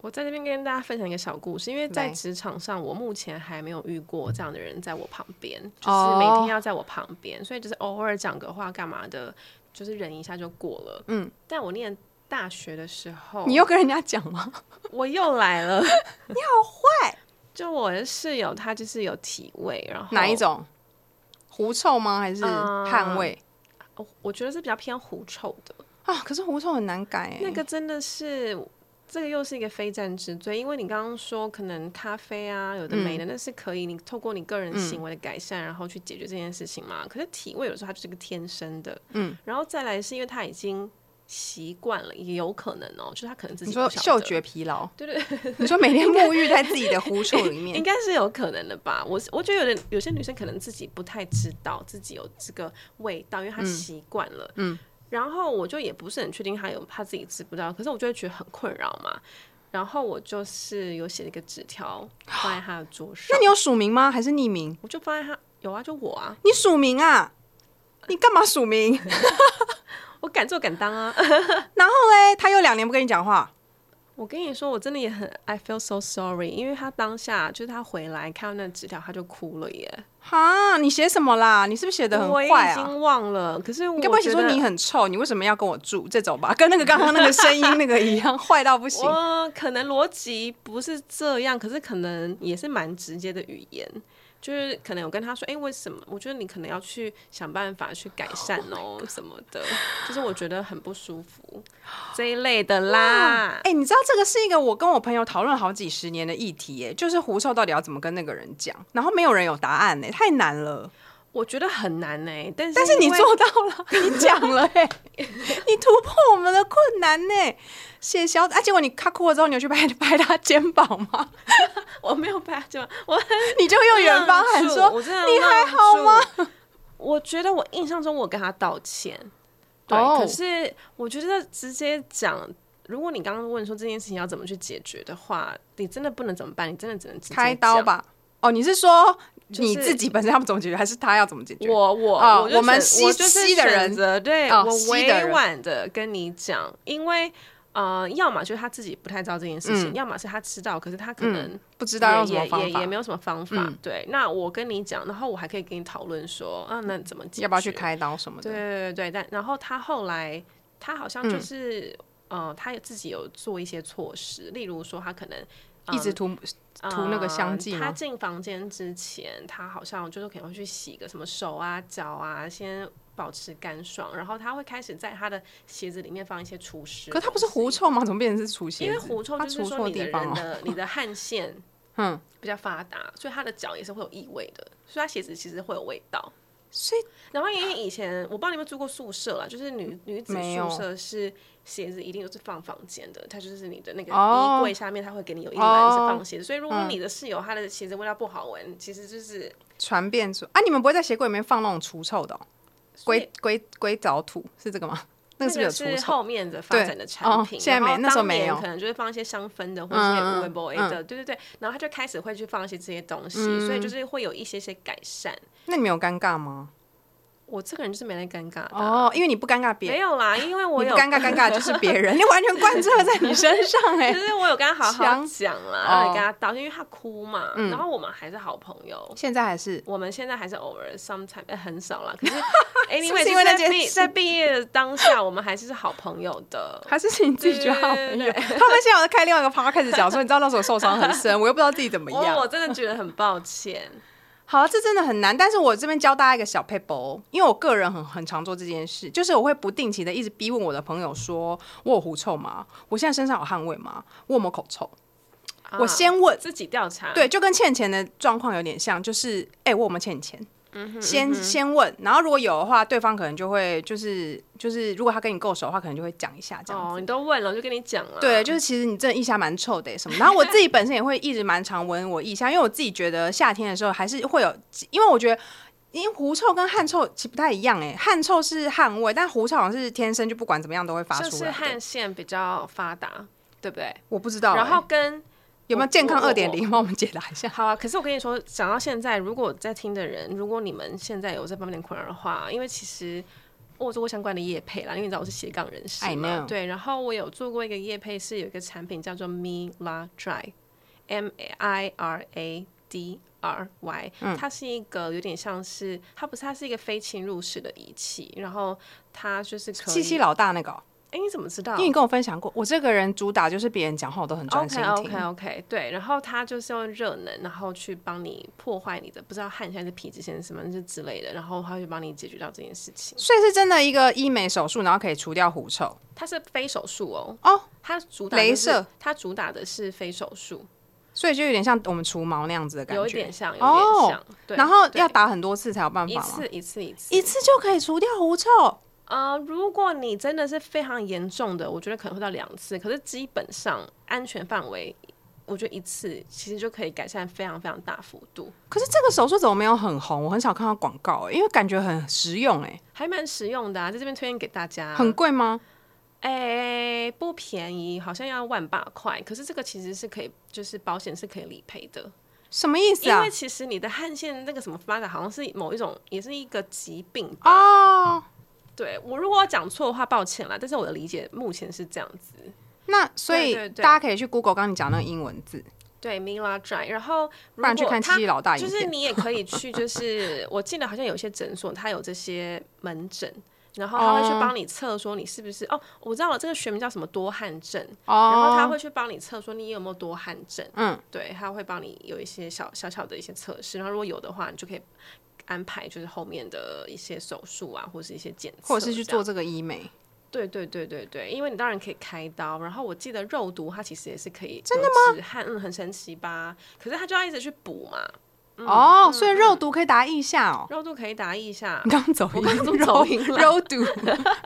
我在这边跟大家分享一个小故事，因为在来职场上，我目前还没有遇过这样的人在我旁边，就是哦每天要在我旁边，所以就是偶尔讲个话干嘛的，就是忍一下就过了。嗯，但我念大学的时候，你又跟人家讲吗？我又来 了，你好坏。就我的室友，她就是有体味，然后哪一？种？狐臭吗？还是嗯汗味、我我觉得是比较偏狐臭的，啊？可是狐臭很难改、欸，那个真的是。这个又是一个非战之罪，因为你刚刚说可能咖啡啊有的没嗯的，那是可以你透过你个人行为的改善，然后去解决这件事情嘛。可是体味有时候它就是个天生的，嗯，然后再来是因为他已经习惯了，也有可能哦，就是他可能自己你说不晓嗅得觉疲劳，对对对， 你说每天沐浴在自己的狐臭 里应面，该是有可能的吧。我是我觉得有点有些女生可能自己不太知道自己有这个味道，因为她习惯了。嗯，然后我就也不是很确定她有她自己知不知道，可是我就会觉得很困扰嘛。然后我就是有写了一个纸条 放在她的桌上，那你有署名吗？还是匿名？我就放在她有啊，就我啊，你署名啊？你干嘛署名？我敢做敢当啊。然后嘞，他又两年不跟你 讲话，我跟你说，我真的也很 I feel so sorry，因为她当下就是她回来看到那纸条，她就哭了耶。哈，你写什么啦？你是不是写的很我已坏啊？经忘了，可是我你该不会写觉说得你很臭，你为什么要跟我住这种吧？跟那个刚刚那个声音那个一 样，坏到不行。我可能逻辑不是这样，可是可能也是蛮直接的语言，就是可能有跟他说，哎、为什么？我觉得你可能要去想办法去改善 哦、什么的，就是我觉得很不舒服这一类的啦。哎、你知道这个是一个我跟我朋友讨论了好几十年的议题，哎，就是狐臭到底要怎么跟那个人讲，然后没有人有答案，哎，太难了。我觉得很难哎、但是但是你因为做到了，你讲了、哎，你突破我们的困难呢、写小，啊，结果你他哭了之后，你有去拍拍他肩膀吗？ 我没有办法，就我很你就用远方喊愣住说我真的你还好吗？ 我觉得我印象中我跟他道歉，对哦可是我觉得直接讲，如果你刚刚问说这件事情要怎么去解决的话，你真的不能怎么办，你真的只能直接开刀讲。吧？哦，你是说就是你自己本身要怎么解决，还是他要怎么解决？我我、哦我就我们选西我就是西的人选择对、哦我西委的人婉的跟你讲，因为呃，要么就是他自己不太知道这件事嗯情，要么是他知道，可是他可能、不知道用什么也方也也法嗯也，没有什么方法。对，那我跟你讲，然后我还可以跟你讨论说，啊，那怎么解决要不要去？开刀什么对的。对对对，但然后他后来，他好像嗯就是，呃，他有自己有做一些措施，例如说他可能。一直涂涂那个香剂呃嗯吗他进房间之前，他好像就是可能会去洗个什么手啊、脚啊，先保持干爽，然后他会开始在他的鞋子里面放一些除湿。可它不是狐，臭吗？怎么变成是除鞋子？因为狐臭它就是除说错你的地方人哦。的、你的汗 腺，嗯，比较发达，所以他的脚也是会有异味的，所以他鞋子其实会有味道。所以然后因为以前我不知道你有没有住过宿舍啦，就是女女子没有宿舍是鞋子一定都是放房间的，它就是你的那个哦衣柜下面，它会给你有一栏是哦放鞋子，所以如果你的室友他的鞋子味道不好闻，其实就是传遍出啊，你们不会在鞋柜里面放那种除臭的哦、硅硅硅藻土是这个吗？那个是这不个是有是除臭？后面的发展的产品，对哦现在没然后那时候当没年有可能就是放一些香氛的或者嗯是嗯嗯微波 A 的，对对对，然后他就开始会去放一些这些东西，所以就是会有一些些改善。那你们有尴尬吗？我这个人就是没在尴尬的啊，哦，因为你不尴尬别没人，有啦，因为我你有不尴尬，尴尬的就是别人，你 完全贯彻在你身上哎、 就是我有跟他好好香讲啦，哦嗯然后也跟他道歉，因为他哭嘛，然后我们还是好朋友。现在还是我们现在还是偶尔 sometime 呃很少啦，可 是是 anyway 不是因就是为那在件毕事在毕业的当下，我们还是是好朋友 的。还是你自己觉得好对朋对友。 他们现在有在开另外一个 podcast 讲说，你知道那时候受伤很深，我又不知道自己怎么我样。哦我真的觉得很抱歉，好，啊这真的很难，但是我这边教大家一个小 p a p e 因为我个人很很常做这件事，就是我会不定期的一直逼问我的朋友说，我有狐臭吗？我现在身上有汗味吗？我有没有口臭？啊我先问，自己调查。对，就跟欠钱的状况有点像，就是哎、我有没有欠你钱？先先问，然后如果有的话，对方可能就会就是就是，如果他跟你够熟的话，可能就会讲一下这样子。哦，你都问了，我就跟你讲了。对，就是其实你真的腋下蛮臭的欸什么。然后我自己本身也会一直蛮常闻我腋下，因为我自己觉得夏天的时候还是会有，因为我觉得。因为狐臭跟汗臭其实不太一样哎、汗臭是汗味，但狐臭好像是天生就不管怎么样都会发出就来的。是汗腺比较发达，对不对？我不知道欸、然后跟有没有健康我二我点零？帮我们解答一下。好啊，可是我跟你说，讲到现在，如果在听的人，如果你们现在有这方面的困扰的话，因为其实我有做过相关的业配啦，因为你知道我是斜杠人士 I 嘛 know 对，然后我有做过一个业配，是有一个产品叫做 Mira 嗯 Dry，M I R A D。R Y，它嗯是一个有点像是，它不是，它是一个非侵入式的仪器，然后它就是可以。七七老大那个哦、哎，你怎么知道？因为你跟我分享过，我这个人主打就是别人讲话我都很专心 OK 听。 OK OK，对，然后它就是用热能，然后去帮你破坏你的不知道汗腺还是皮脂腺什么就之类的，然后它就帮你解决掉这件事情。所以是真的一个医美手术，然后可以除掉狐臭。它是非手术哦，哦，它主打的镭是射，它主打的是非手术，所以就有点像我们除毛那样子的感觉，有一点像，有哦点像，对。然后对要打很多次才有办法一吗？次一次一次一次就可以除掉狐臭，呃，如果你真的是非常严重的，我觉得可能会到两次，可是基本上安全范围，我觉得一次其实就可以改善非常非常大幅度。可是这个手术怎么没有很红？我很少看到广告、欸，因为感觉很实用、欸，还蛮实用的、啊，在这边推荐给大家。很贵吗？哎、不便宜，好像要万把块。可是这个其实是可以，就是保险是可以理赔的，什么意思因啊为？其实你的汗腺那个什么发达，好像是某一种，也是一个疾病吧。哦，对我如果讲错的话，抱歉啦。但是我的理解目前是这样子。那所以对对对大家可以去 Google 刚刚你讲那个英文字，对 m i l a Dry，然后不如然去果看七它七老大影就片。是你也可以去，就是我记得好像有些诊所它有这些门诊。然后他会去哦帮你测，说你是不是哦，我知道了，这个学名叫什么多汗症，然后他哦，会去帮你测，说你有没有多汗症。嗯，对，他会帮你有一些小小小的一些测试，然后如果有的话，你就可以安排就是后面的一些手术啊，或是一些检测，或者是去做。这个医美，对对对对对，因为你当然可以开刀，然后我记得肉毒它其实也是可以真的吗？汗嗯，很神奇吧？可是它就要一直去补嘛，嗯哦，所以肉毒可以打腋下哦。肉毒可以打一下你。刚走嗯我音，刚走肉音了 肉毒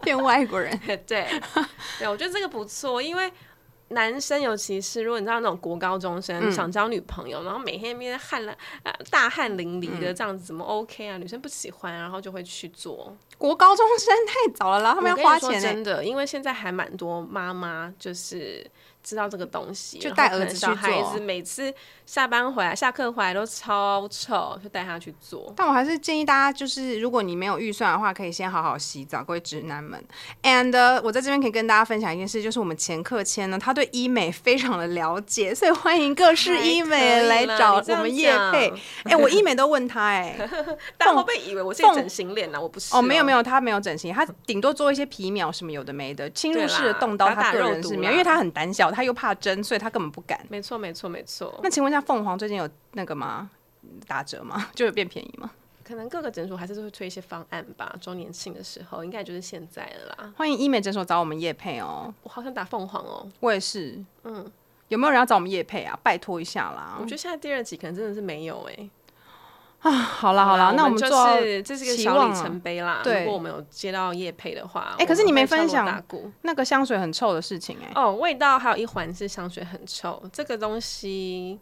变外国人， 对对，我觉得这个不错，因为。男生尤其是如果你知道那种国高中生、嗯想交女朋友，然后每天面汗了、呃、大汗淋漓嗯的这样子，怎么 OK 啊？女生不喜欢，然后就会去做。国高中生太早了啦，他我们要跟花你说钱欸呢、真的，因为现在还蛮多妈妈就是知道这个东西，就然后带可儿能子小去孩做哦子每次下班回来、下课回来都超臭，就带他去做。但我还是建议大家，就是如果你没有预算的话，可以先好好洗澡，各位直男们。And、呃我在这边可以跟大家分享一件事，就是我们前客千呢，他对医美非常的了解，所以欢迎各式医美来找我们叶配配。，哎、我医美都问他、 哎，但会不会以为我是一凤整形脸呢、啊我不是哦，没有没有，有，他没有整形，他顶多做一些皮秒什么有的没的，侵入式对的啦动刀，打打他个人肉毒是没啦有，因为他很胆小，他又怕针，所以他根本不敢。没错没错没错。那请问一下，凤凰最近有那个吗？打折吗？ 就有变便宜吗？可能各个诊所还是会推一些方案吧。周年庆的时候，应该也就是现在了啦。欢迎医美诊所找我们叶配哦。我好想打凤凰哦，我也是，嗯，有没有人要找我们叶配啊？拜托一下 啦我！觉得现在第二集可能真的是没有哎、好啦好啦，那我们就做到。是这是一个期小望里啊程碑啦。对如果我们有接到叶配的话，哎可是你我们没会分敲锣打享鼓那个香水很臭的事情哎、哦。味道还有一环是香水很臭，这个东西，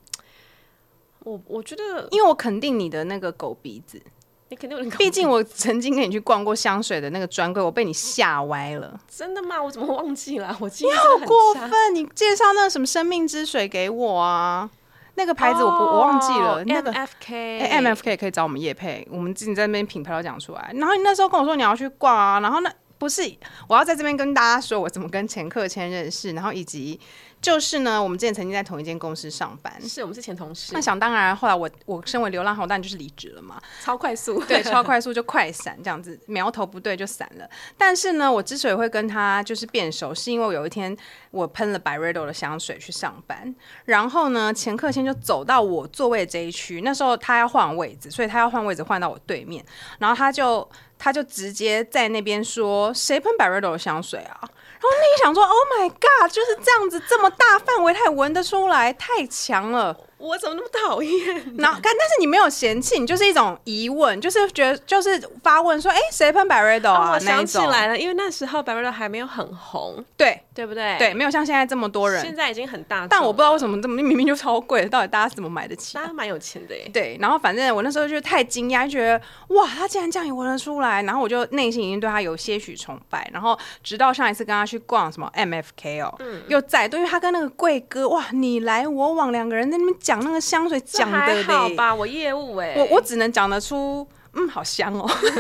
我我觉得因为我肯定你的那个狗鼻子，你肯定有点搞毕竟我曾经跟你去逛过香水的那个专柜，我被你吓歪了，真的吗？我怎么忘记了？我记忆真的过很差分。！你介绍那个什么生命之水给我啊，哦那个牌子我不、我忘记了，那个 F K 哎、m f k 可以找我们叶配，我们自己在那边品牌都讲出来。然后你那时候跟我说你要去逛啊，然后那不是我要在这边跟大家说我怎么跟前客签认识，然后以及就是呢，我们之前曾经在同一间公司上班。是我们是前同事那，想当然，后来我我身为流浪汉，我当然就是离职了嘛，超快速。对，超快速就快闪这样子，苗头不对就散了。但是呢，我之所以会跟他就是变熟，是因为有一天我喷了 b y r e d o 的香水去上班，然后呢，前客先就走到我座位这一区，那时候他要换位置，所以他要换位置换到我对面，然后他就他就直接在那边说：“谁喷 b y r e d o 的香水啊？”然后那个想说，Oh my God，就是这样子这么大范围，他也闻得出来，太强了。我怎么那么讨厌？然后，但但是你没有嫌弃，你就是一种疑问，就是觉得就是发问说，哎、谁喷 b a r r e d o 啊？哦我那想一起种，来了，因为那时候白瑞乐还没有很红，对对不对？对，，没有像现在这么多人现。在已经很大众了，但我不知道为什么这么明明就超贵，到底大家是怎么买得起、大家蛮有钱的耶。对，然后反正我那时候就太惊讶，就觉得哇，他竟然这样也闻得出来，然后我就内心已经对他有些许崇拜。然后直到上一次跟他去逛什么 MFK 哦，嗯又再度，因为他跟那个贵哥哇，你来我往，两个人在那边讲那个香水，这 讲的还好嘞，吧，我业务哎，我我只能讲得出。嗯，好香哦！他 那边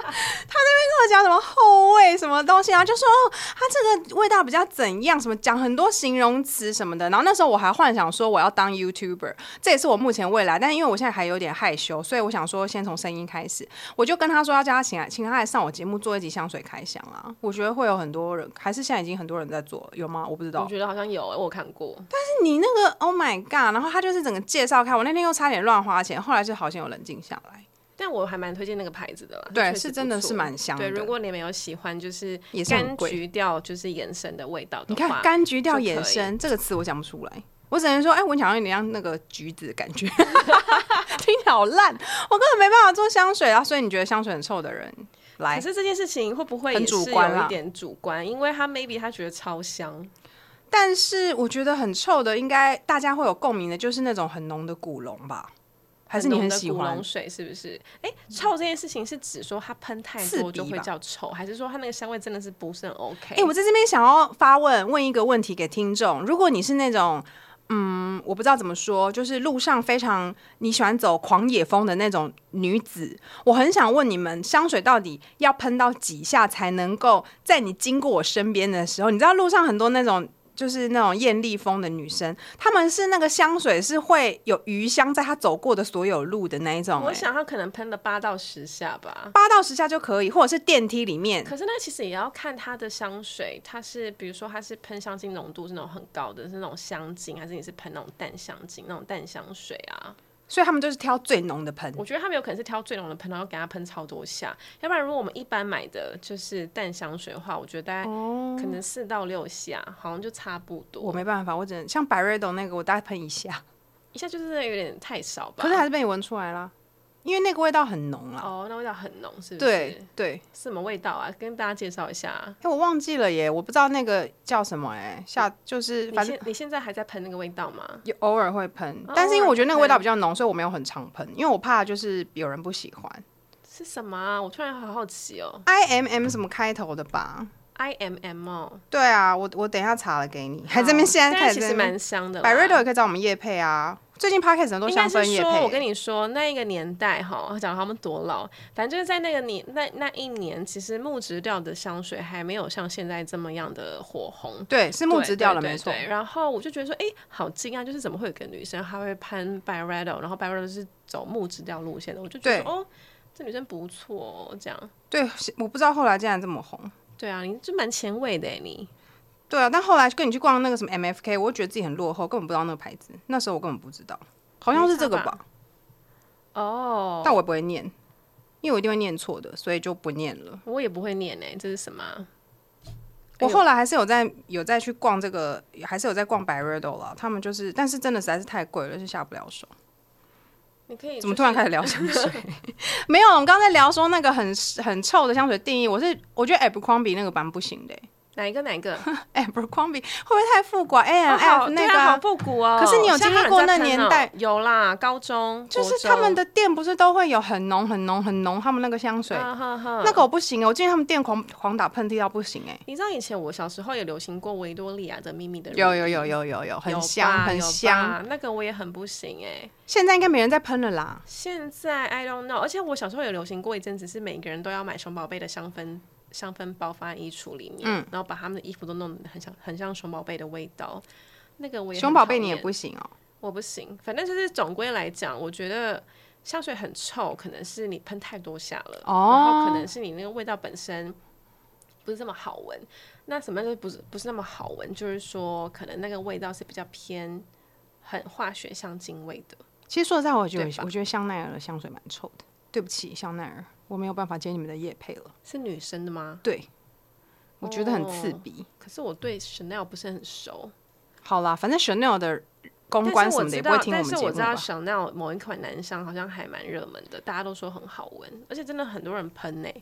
跟我讲什么后味什么东西，然后就说哦，他这个味道比较怎样，什么讲很多形容词什么的。然后那时候我还幻想说我要当 YouTuber，这也是我目前未来。但因为我现在还有点害羞，所以我想说先从声音开始。我就跟他说要叫他请来，请他来上我节目做一集香水开箱啊。我觉得会有很多人，还是现在已经很多人在做了，有吗？我不知道我。觉得好像有耶，欸我有看过。你那个 Oh my God！然后他就是整个介绍开，我那天又差点乱花钱，后来就好像有冷静下来。但我还蛮推荐那个牌子的啦，对确实是不真的错是蛮香对，的如果你们有喜欢，就是也是很柑贵橘调，就是延伸的味道的你看话，柑橘调就可衍以生这个词我讲不出来，我只能说，哎，我想要有点像那个橘子的感 觉，听起来好烂，我根本没办法做香水啊。所以你觉得香水很臭的人来可，是这件事情会不会很也是主观有啦一点主观？因为他 maybe 他觉得超香，但是我觉得很臭的，应该大家会有共鸣的，就是那种很浓的古龙吧。还是你浓很的喜古欢龙？水是不是？哎、臭这件事情是指说它喷太刺多就鼻会吧叫臭，还是说它那个香味真的是不是很 OK？哎、我在这边想要发问，问一个问题给听众：如果你是那种，嗯，我不知道怎么说，就是路上非常你喜欢走狂野风的那种女子，我很想问你们，香水到底要喷到几下才能够在你经过我身边的时候？你知道路上很多那种。就是那种艳丽风的女生，她们是那个香水是会有余香在她走过的所有路的那一种、我欸想它可能喷了八到十下吧。八到十下就可以，或者是电梯里面，可是那其实也要看它的香水，它是比如说它是喷香精浓度是那种很高的，是那种香精，还是你是喷那种淡香精、那种淡香水啊？所以她们就是挑最浓的喷。我觉得他们有可能是挑最浓的喷，然后给它喷超多下。要不然如果我们一般买的就是淡香水的话，我觉得大概可能四到六下，好像就差不哦我多。没办法，我只能像百瑞斗那个，我大概喷 一下，一下就是有点太少吧。可是还是被你闻出来啦，因为那个味道很浓啦。哦，那味道很浓，是不是？对，对，是什么味道啊？跟大家介绍一下。哎、我忘记了耶，我不知道那个叫什么哎、下就是你反正现你现在还在喷那个味道吗？有偶尔会喷哦，但是因为我觉得那个偶尔会味道比较浓，所以我没有很常喷，因为我怕就是有人不喜欢。是什么啊？我突然好好奇哦。 I M M 什么开头的吧？ I M M 哦，对啊，我我等一下查了给你，还好这边现在哦但开是始其在实那边蛮香的啦。百瑞斗也可以找我们叶配啊，最近 podcast 很多应该香是氛叶说，配。我跟你说，那一个年代哈，讲他们多老，反正就是在那个年那那一年，其实木质调的香水还没有像现在这么样的火红。对是木对质调对的对没错，对然后我就觉得说，哎、好惊讶，就是怎么会有个女生她会喷 b y r e d o 然后 b y r e d o 是走木质调路线的，我就觉得对说哦，这女生不错、哦，这样。对，我不知道后来竟然这么红。对啊，你就蛮前卫的诶欸你。对啊，但后来跟你去逛那个什么 MFK，我就觉得自己很落后，根本不知道那个牌子。那时候我根本不知道，好像是这个没差吧吧，哦，但我也不会念，因为我一定会念错的，所以就不念了。我也不会念哎，这是什么啊？哎我呦后来还是有在有再去逛这个，还是有在逛 b y r e d o 啦。他们就是，但是真的实在是太贵了，就下不了手。你可以、怎么突然开始聊香水？ 没有，我们刚才聊说那个很很臭的香水定义，我是我觉得 Abercrombie 那个蛮不行的、哪一个哪一个？欸。Abercrombie 会不会太复古、啊、哦好？A&F 对那个啊啊、好复古哦。可是你有经历过那现在还有年代人在喷哦？有啦，高中就是他们的的店不是都会有很浓很浓很浓他们那个香水，嗯那个我不行，我建议他们店狂狂打喷嚏到不行哎、你知道以前我小时候也流行过维多利亚的秘密的乳液有有有有有有，有很吧香很有吧香。那个我也很不行哎、现在应该没人在喷了啦。现在 I don't know，而且我小时候也流行过一阵子，是每个人都要买熊宝贝的香氛香氛包放在衣橱里面，嗯然后把他们的衣服都弄得很像很像熊宝贝的味道。那个我也很熊宝贝你讨也厌不行哦、我不行，反正就是总归来讲，我觉得香水很臭，可能是你喷太多下了，哦然后可能是你那个味道本身不是这么好闻。那什么叫不是不是那么好闻？就是说可能那个味道是比较偏很化学香精味的。其实说实在，我觉对得吧我觉得香奈儿的香水蛮臭的。对不起，香奈儿，我没有办法接你们的夜配了。是女生的吗？对，我觉得很刺哦鼻。可是我对 Chanel 不是很熟，好啦，反正 Chanel 的公但关是什我么的知也不会道，听但们是节我目知道吧？ Chanel 某一款男香好像还蛮热门的，大家都说很好闻，而且真的很多人喷欸呢、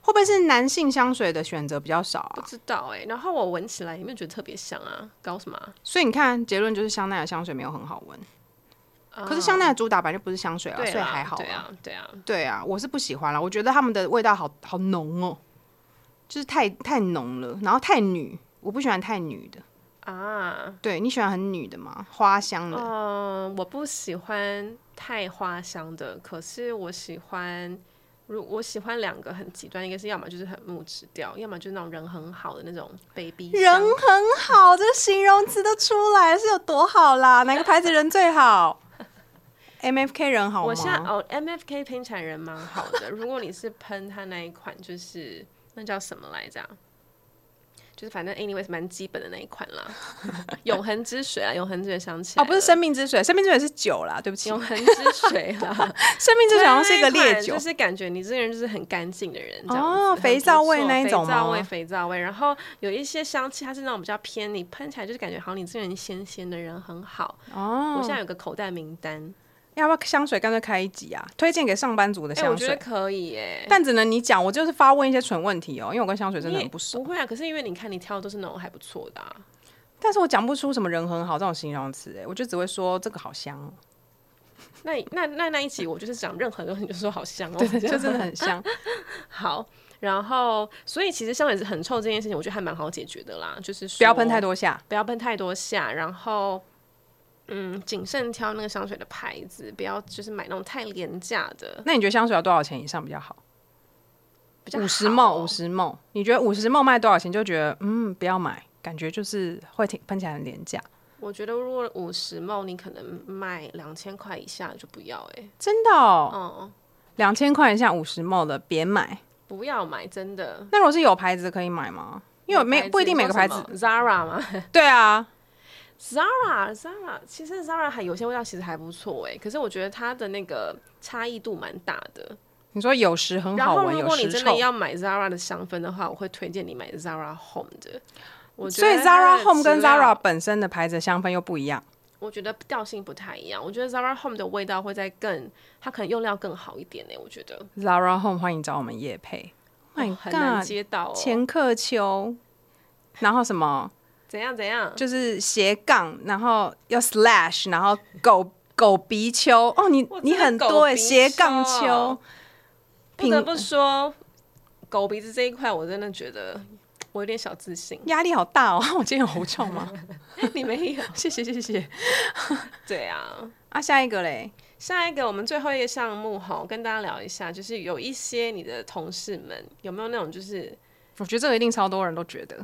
会不会是男性香水的选择比较少不啊？知道哎、然后我闻起来也没有觉得特别香啊，搞什么啊、所以你看，结论就是香奈儿香水没有很好闻。啊可是香奈儿主打本来就不是香嗯水啊，对所以啦还好对啊，啊。对啊，对啊，我是不喜欢啦，我觉得他们的味道好好浓哦，就是太太浓了，然后太女，我不喜欢太女的。啊，对你喜欢很女的吗？花香的，嗯，我不喜欢太花香的，可是我喜欢，如我喜欢两个很极端，一个是要么就是很木质调，要么就是那种人很好的那种 baby 人香很好，这形容词都出来是有多好啦？哪个牌子人最好？M F K 人好吗？我现在哦，MFK 听起来人蛮好的。如果你是喷它那一款，就是那叫什么来着啊？就是反正 anyways 蛮基本的那一款啦， 永恒之水啊，永恒之水想起来哦，不是了生命之水，生命之水是酒啦，对不起，永恒之水 啦，生命之水好像是一个那烈款酒就，是感觉你这个人就是很干净的人，这样子哦很不肥皂味错那一种肥皂吗味，肥皂味。然后有一些香气，它是那种比较偏，你喷起来就是感觉好像你这个人鲜鲜的人很好。嗯哦，我现在有个口袋名单，要不要香水干脆开一集啊？推荐给上班族的哎，我香觉水，得可以哎。但只能你讲，我就是发问一些蠢问题哦，因为我跟香水真的你很不熟，不会啊，可是因为你看你挑的都是那种还不错的啊。但是我讲不出什么人很好这种形容词，哎，我就只会说这个好香哦，那那那那一集我就是讲任何东西就说好香哦，对，这就样真的很香。好。然后，所以其实香水很臭这件事情，我觉得还蛮好解决的啦，就是不要喷太多，多下，不要喷太多下，然后嗯，谨慎挑那个香水的牌子，不要就是买那种太廉价的，那你觉得香水要多少钱以上比较好？比较五十好梦，五十梦，你觉得五十梦卖多少钱就觉得嗯不要买，感觉就是会挺喷起来很廉价，我觉得如果五十梦你可能卖两千块以下就不要哎、真的、哦，嗯，两千块以下五十梦的别买。不要买，真的。那如果是有牌子可以买吗？因为牌没子不一定每个你牌子说，什么 Zara 吗？对啊， Zara Zara，其实 Zara 还有些味道其实还不错哎，可是我觉得它的那个差异度蛮大的。你说有时很然好后闻，如有果你时真臭的。要买 Zara 的香氛的话，我会推荐你买 Zara Home 的。我觉所得以它的 Zara Home 跟质量 Zara 本身的牌子的香氛又不一样。我觉得调性不太一样。我觉得 Zara Home 的味道会再更，它可能用料更好一点呢。欸我觉得 Zara Home 欢迎找我们叶配，My 哦很难 God，接到、哦。前客秋，然后什么怎样怎样？就是斜杠，然后要 slash，然后狗狗鼻丘。哦，你哇你真的很狗多哎，鼻斜杠丘丘。。不得不说，狗鼻子这一块，我真的觉得我有点小自信 压力好大哦！我今天有狐臭吗？你没有？谢谢谢谢。 对啊。啊，下一个嘞，下一个，我们最后一个项目哈，跟大家聊一下，就是有一些你的同事们有没有那种就是我觉得这个一定超多人都觉得。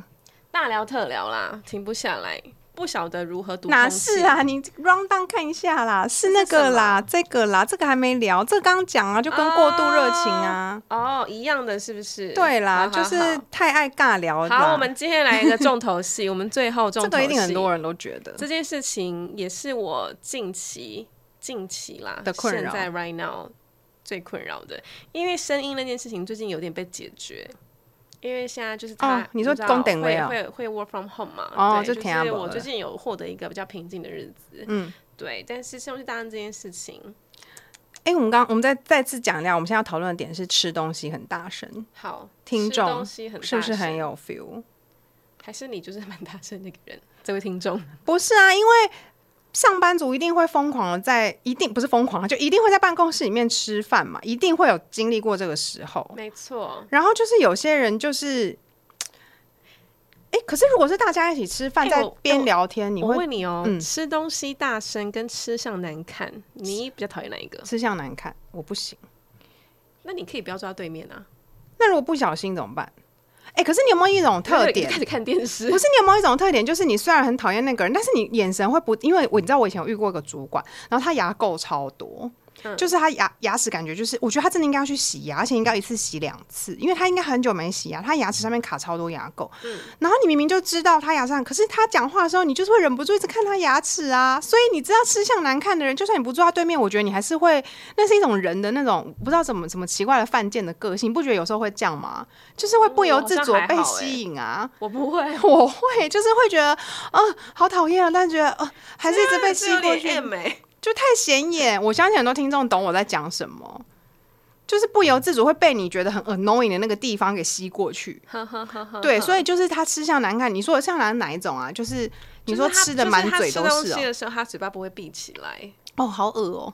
大聊特聊啦，停不下来，不晓得如何读哪空气是？啊？你 round down 看一下啦，是那个啦，这个啦，这个还没聊，这个刚刚讲啊，就跟过度热情啊，哦，一样的是不是？对好好啦，就是太爱尬聊了好啦。 好。我们今天来一个重头戏，我们最后重这头戏，个一定很多人都觉得，这件事情也是我近期近期啦的困现扰在 right now 最困扰的，因为声音那件事情最近有点被解决，因为现在就是他、哦你说知道公等会位啊会会 work from home 嘛，哦对，就听就阿是伯我了最近有获得一个比较平静的日子，嗯，对，但是像是当然这件事情，哎、我们刚我们再再次讲一下，我们现在要讨论的点是吃东西很大声，好，听吃东众西很大是不是很声？有 feel？还是你就是蛮大声的一个人，这位听 众，不是啊，因为上班族一定会疯狂的在，一定不是疯狂啊，就一定会在办公室里面吃饭嘛，一定会有经历过这个时候。没错，然后就是有些人就是，哎、可是如果是大家一起吃饭，诶在我诶边我聊天，你我会问你哦，嗯吃东西大声跟吃相难看，你比较讨厌哪一个？吃相难看，我不行。那你可以不要坐在对面啊，那如果不小心怎么办？哎、可是你有没有一种特点开？始看电视不。是你有没有一种特点，就是你虽然很讨厌那个人，但是你眼神会不，因为我你知道我以前有遇过一个主管，然后他牙垢超多，嗯就是他牙牙齿感觉就是，我觉得他真的应该要去洗牙，而且应该一次洗两次，因为他应该很久没洗牙，他牙齿上面卡超多牙垢。嗯然后你明明就知道他牙啊上，可是他讲话的时候，你就是会忍不住一直看他牙齿啊。所以你知道吃相难看的人，就算你不坐他对面，我觉得你还是会，那是一种人的那种不知道怎么怎么奇怪的犯贱的个性，你不觉得有时候会这样吗？就是会不由自主我好像还被好欸吸引啊。我不会， 我会就是会觉得，啊、好讨厌啊，但觉得，呃，还是一直被吸这有过点去， M 欸就太 显眼。我相信很多听众懂我在讲什么，就是不由自主会被你觉得很 annoying 的那个地方给吸过去。对，所以就是他吃相难看。你说我像难哪一种啊？就是你说就是他吃的满嘴都就是他吃是东西哦，的时候，他嘴巴不会闭起来，哦，好恶 哦。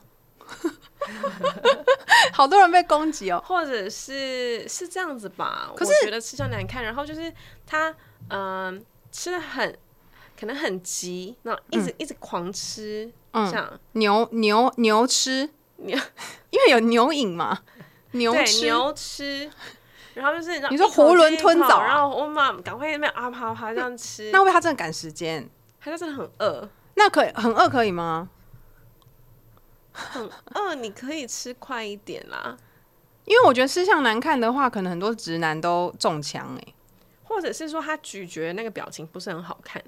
好多人被攻击哦，或者是是这样子吧。可是我觉得吃相难看，然后就是他嗯、吃的很可能很急，然后一直、一直狂吃，嗯这样牛牛牛吃牛， 因为有牛饮嘛，牛对吃牛吃。然后就是你说一口接囫囵吞一口枣啊然后我妈赶快在那边啊啪啪这样吃，那会不会他真的赶时间？他就真的很饿，那可以很饿可以吗？很饿，你可以吃快一点啦，因为我觉得吃相难看的话，可能很多直男都中枪哎、或者是说他咀嚼那个表情不是很好看。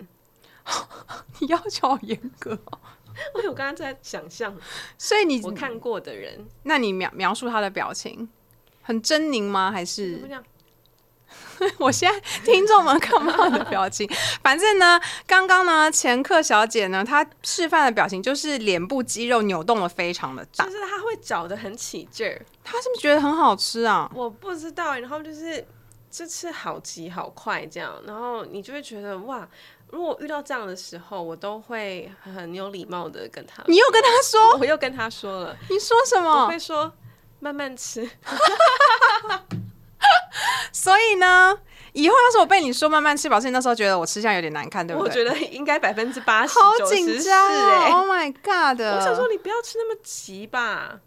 你 要求好严格哦、哎我有刚刚在想 象所以你我看过的人，那你描描述他的表情，很狰狞吗？还就是不这样， 我现在听众们看不到你的表情。 反正呢，刚刚呢，前客小姐呢，她示范的表情就是脸部肌肉扭动的非常的大就。是他会嚼的很起劲儿，她是不是觉得很好吃啊？我不知道欸。然后就是这次好急好快这样，然后你就会觉得哇，如果遇到这样的时候，我都会很有礼貌的跟他， 你又跟她说，我又跟他说了，你说什呃我么会？说慢慢吃，所以呢，以后要是我被你说慢慢吃，表示你那时候觉得我吃相有点难看，对不我觉对？得应该百分之啊八十好紧张哎。哦、o h my god！我想说，你不要吃那么急吧。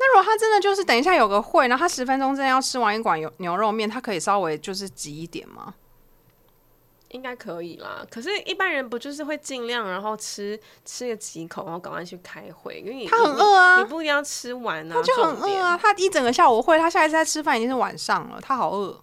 那如果他真的就是等一下有个会，然后他十分钟之内要吃完一碗牛牛肉面，他可以稍微就是急一点吗？应该可以啦，可是，一般人不就是会尽量，然后吃吃个几口，然后赶快去开会，因为你他很饿啊你你不一定要吃完啊，他就很重饿点啊，他一整个下午会，他下一次再吃饭已经是晚上了，他好饿，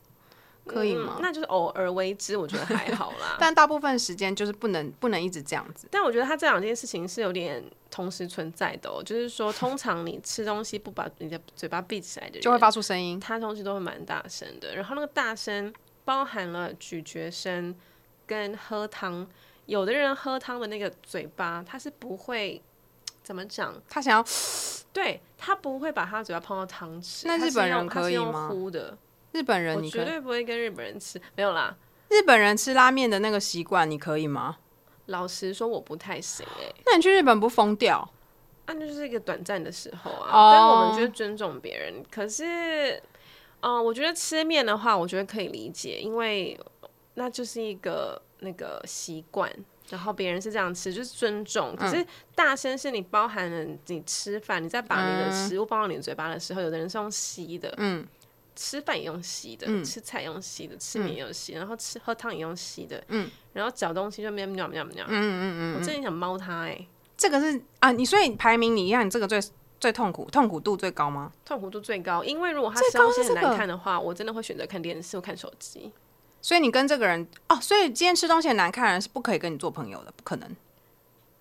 可以吗？嗯那就是偶尔为之，我觉得还好 啦。但但大部分时间就是不能不能一直这样子。但我觉得他这两件事情是有点同时存在的、哦，就是说，通常你吃东西不把你的嘴巴闭起来的人，就会发出声音，他东西都会蛮大声的，然后那个大声包含了咀嚼声跟喝汤。有的人喝汤的那个嘴巴，他是不会怎么讲，他想要对他不会把他嘴巴碰到汤匙。那他日是本人用他可是以用吗呼的，日本我人，你可绝以对不会跟日本人吃，没有啦。日本人吃拉面的那个习惯，你可以吗？老实说，我不太行哎、那你去日本不疯掉？那、就是一个短暂的时候啊。哦但我们就是尊重别人。可是，嗯、我觉得吃面的话，我觉得可以理解，因为那就是一个那个习惯。然后别人是这样吃，就是尊重。可嗯是大声是你包含了你吃饭，你在把你的食物放到你嘴巴的时候，有的人是用吸的，嗯，吃饭也用吸的，吃菜也用吸的，吃面也用吸，然后吃喝汤也用吸的，嗯，然后嚼东西就喵喵喵喵，嗯嗯嗯，我真的想猫它哎、这个是啊，你所以排名你一样，你这个最最痛苦，痛苦度最高吗？痛苦度最高，因为如果它最吃东高西是很这个难看的话，我真的会选择看电视或看手机。所以你跟这个人哦，所以今天吃东西很难看的人是不可以跟你做朋友的，不可能。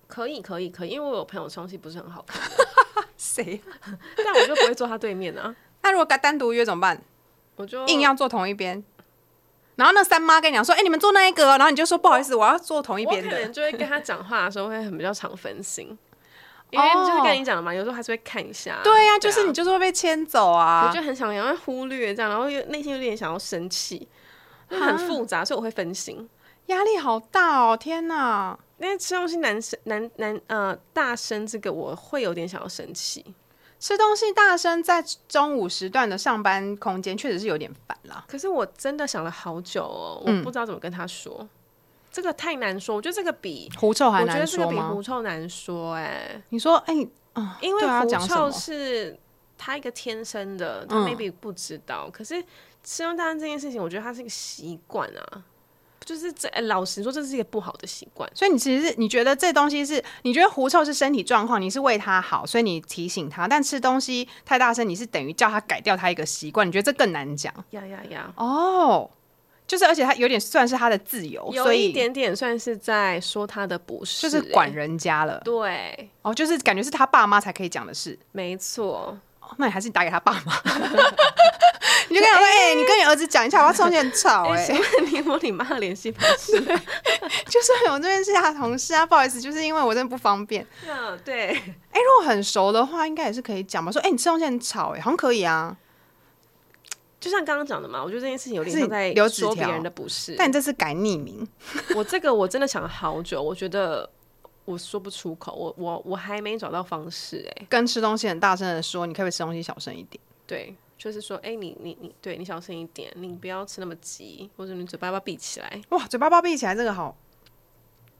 可以可以可以，因为我有朋友吃东西不是很好看， 谁、但我就不会坐他对面啊，那如果跟单独约怎么办？我就硬要坐同一边，然后那三妈跟你讲说：“哎、你们坐那一个哦。”然后你就说：“不好意思，我要坐同一我边可能的。就会跟他讲话的时候会很比较常分 心，因为就是跟你讲的嘛，有时候还是会看一下”。哦啊对呀、啊就是你就是会被牵走我啊。就很想要忽略这样，然后又内心有点想要生气，就很复杂，所以我会分心。压力好大哦，天哪！因为吃东西男生男男呃大声这个我会有点想要生气，吃东西大声在中午时段的上班空间确实是有点烦啦。可是我真的想了好久哦，嗯我不知道怎么跟他说，这个太难说。我觉得这个比狐臭还我觉得难这个说比吗狐？臭难说哎、你说，哎、你啊，因为对啊狐讲什臭么？是他一个天生的，他嗯 maybe 不知道。可是吃用大餐这件事情，我觉得它是一个习惯啊，就是这哎老实说，这是一个不好的习惯。所以你其实是你觉得这东西是，你觉得狐臭是身体状况，你是为它好，所以你提醒他。但吃东西太大声，你是等于叫他改掉他一个习惯，你觉得这更难讲呀呀呀！哦。就是，而且他有点算是他的自由，有所一以点点算是在说他的不是、就是哎管人家了。对，哦，就是感觉是他爸妈才可以讲的事。没错，哦那你还是打给他爸 妈，你就跟他说：“哎、你跟你儿子讲一下，我要送你很吵、哎、哎、请问 你有没有你妈的联系方式？ 就是我这边是他同事啊，不好意思，就是因为我真的不方便。 嗯，对，哎、如果很熟的话，应该也是可以讲吧。说，哎、你吃东西很吵、哎，好像可以啊。就像刚刚讲的嘛，我觉得这件事情有点是像在留纸说别条人的不是。但你这次改匿名，我这个我真的想了好久，我觉得我说不出口，我我我还没找到方式哎、跟吃东西很大声的说，你可不可以吃东西小声一点？对，就是说，哎、你你你，对你小声一点，你不要吃那么急，或者你嘴巴要不要闭起来。哇，嘴巴包闭起来，这个好。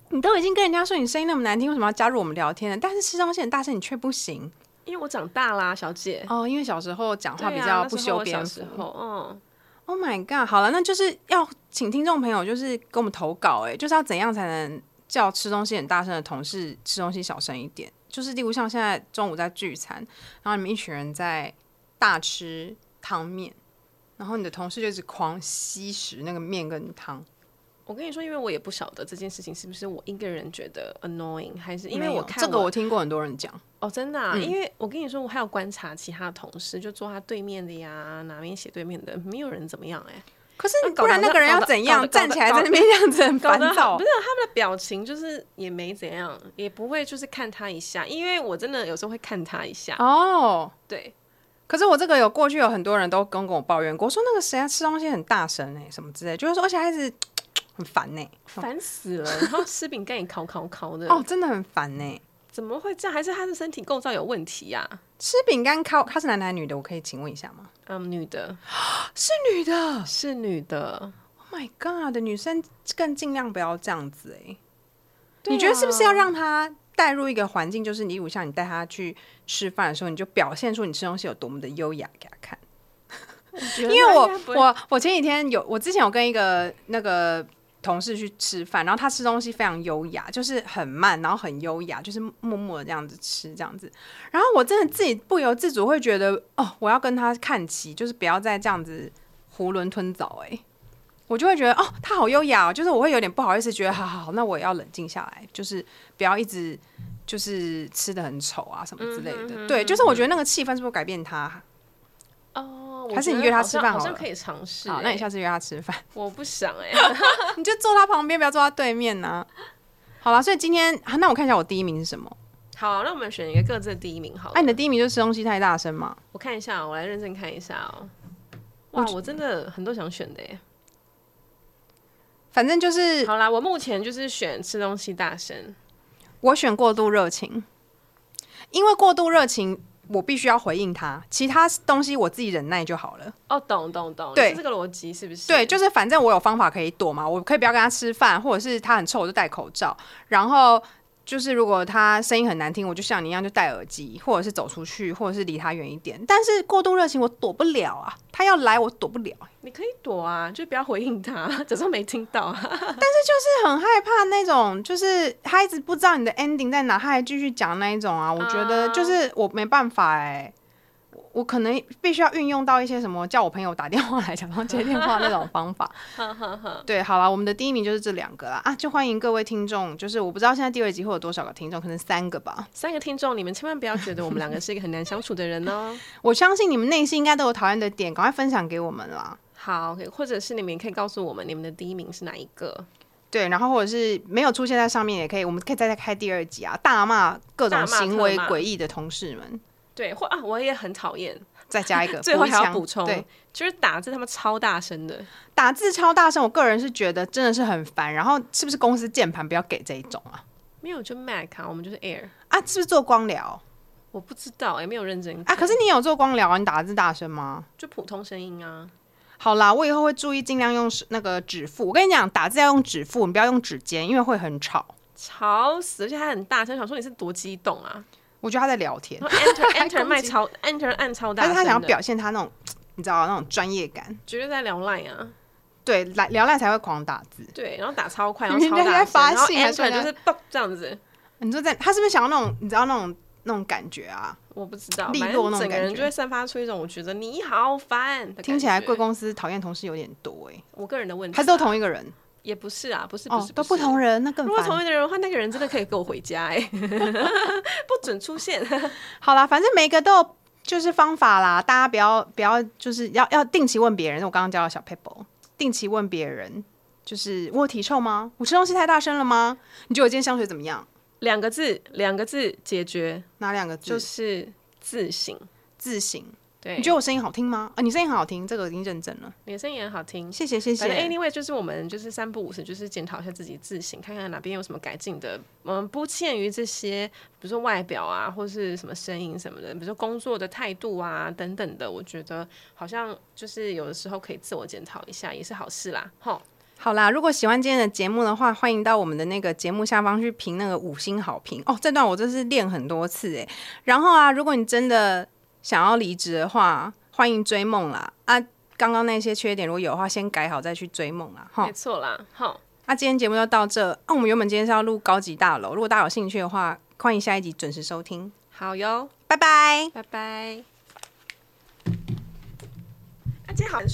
你都已经跟人家说你声音那么难听，为什么要加入我们聊天呢？但是吃东西很大声，你却不行因为我长大啦，小姐，哦，因为小时候讲话哎对比啊较那时不候修我边小幅时。候，嗯， Oh my god！好了，那就是要请听众朋友就是跟我们投稿、哎，就是要怎样才能叫吃东西很大声的同事吃东西小声一点？就是例如像现在中午在聚餐，然后你们一群人在大吃汤面，然后你的同事就一直狂吸食那个面跟汤，我跟你说，因为我也不晓得这件事情是不是我一个人觉得 annoying，还是因为没我有看这个我我听过很多人讲，哦，真的、啊，因为我跟你说，我还有观察其他的同事，就坐他对面的呀，哪边斜对面的，没有人怎么样哎、 可是那搞不然得那个人搞要得怎样搞得站起来搞在得那边这样子很搞烦得好躁 不是、？啊、他们的表情就是也没怎样，也不会就是看他一下，因为我真的有时候会看他一下，哦，对，可是我这个有过去有很多人都跟跟我抱怨过，说那个谁啊吃东西很大声哎、什么之类，就是说而且还一直很烦呢、烦死了， 然后吃饼干也烤烤烤的，哦，真的很烦呢、怎么会这样？还是他的身体构造有问题呀、吃饼干靠他是男的还是女的？我可以请问一下吗？嗯，女 的是女的。是女的， Oh my god！女生更尽量不要这样子哎、对你觉得是不是要啊让她带入一个环境，就是你如像你带她去吃饭的时候，你就表现出你吃东西有多么的优雅给她看。因因为我我我前几天有，我之前有跟一个那个同事去吃饭，然后他吃东西非常优雅，就是很慢，然后很优雅，就是默默的这样子吃这样子。然后我真的自己不由自主会觉得，哦，我要跟他看齐，就是不要再这样子囫囵吞枣、欸。哎，我就会觉得，哦，他好优雅、哦，就是我会有点不好意思，觉得好好好，那我也要冷静下来，就是不要一直。就是吃的很丑啊，什么之类的，对，就是我觉得那个气氛是不是改变他？哦，我还是觉你得约他好吃像饭好好像了可以尝试欸、好，那你下次约他吃饭。我不想哎、你就坐他旁边，不要坐他对面呐、好啦，所以今天、啊、那我看一下我第一名是什么？好，那我们选一个各自的第一名好了。哎、你的第一名就是吃东西太大声嘛？我看一下哦，我来认真看一下哦。哇，我真的很多想选的耶。反正就是好啦，我目前就是选吃东西大声。我选过度热情，因为过度热情，我必须要回应他，其他东西我自己忍耐就好了。哦，懂懂懂，对是这个逻辑是不是？对，就是反正我有方法可以躲嘛，我可以不要跟他吃饭，或者是他很臭我就戴口罩，然后。就是如果他声音很难听，我就像你一样就戴耳机，或者是走出去，或者是离他远一点。但是过度热情我躲不了啊，他要来我躲不了。你可以躲啊，就不要回应他，假装没听到啊。是很害怕那种，就是他一直不知道你的 ending 在哪，他还继续讲那一种啊。我觉得就是我没办法哎、我我可能必须要运用到一些什么叫我朋友打电话来假装接电话那种 方法。对，好了，我们的第一名就是这两个啦啊，就欢迎各位听众，就是我不知道现在第二集会有多少个听众，可能三个吧。三个听众，你们千万不要觉得我们两个是一个很难相处的人哦。我相信你们内心应该都有讨厌的点，赶快分享给我们啦。好，OK，或者是你们也可以告诉我们你们的第一名是哪一个？对，然后或者是没有出现在上面也可以，我们可以再开第二集啊，大骂各大种骂行特为骂诡异的同事们。对，或啊，我也很讨厌，再加一个 最后一还要枪补充对，，就是打字他们超大声的，打字超大声，我个人是觉得真的是很烦。然后是不是公司键盘不要给这一种啊？没有就 Mac 啊，我们就是 Air，啊，是不是做光疗我不知道，也没有认真啊？看可是你有做光疗啊？你打字大声吗？就普通声音啊。好啦，我以后会注意，尽量用那个指腹。我跟你讲，打字要用指腹，你不要用指尖，因为会很吵。吵死！而且他很大声，想说你是多激动 啊！我觉得他在聊天，然后 enter 还攻击 enter 麦超 enter 按超大但声的，是他想要表现他那种，你知道那种专业感。绝对在聊 line 啊！对来聊赖才会狂打字。对，然后打超快，然明后明超人大声，家在发然后信还 enter 说就是嘣这样子，你说在他是不是想要那种你知道那种那种感觉啊？我不知道，利反落正那种整个感人觉就会散发出一种我觉得你好烦的听起来感觉贵，公司讨厌同事有点多哎、我个人的问题还啊，是都同一个人也不是啊，不是不哦是，都不同人。人，那更如果同烦。一个人的话，那个人真的可以跟我回家哎、 不准出现。好啦，反正每个都有就是方法啦，大家不要不要就是要要定期问别人。我刚刚教到小 people，定期问别人，就是我有体臭吗？我吃东西太大声了吗？你觉得我今天香水怎么样？两个字，两个字解决，哪两个字？就就是是自省。自省。对，你觉得我声音好听吗？啊，你声音很好听，这个已经认证了，你的声音也很好听。谢谢谢谢反。正 anyway，就是我们就是三不五时，就是检讨一下自己自省，看看哪边有什么改进的。嗯，不限于这些，比如说外表啊，或是什么声音什么的，比如说工作的态度啊等等的。我觉得好像就是有的时候可以自我检讨一下，也是好事啦。吼，好啦，如果喜欢今天的节目的话，欢迎到我们的那个节目下方去评那个五星好评哦。这段我真是练很多次诶、然后啊，如果你真的想要离职的话，欢迎追梦啦啊！刚刚那些缺点如果有的话，先改好再去追梦啦哈没。错啦，吼，那、今天节目就到这啊。我们原本今天是要录高级大楼，如果大家有兴趣的话，欢迎下一集准时收听，好哟，拜拜。拜拜。啊，今天好。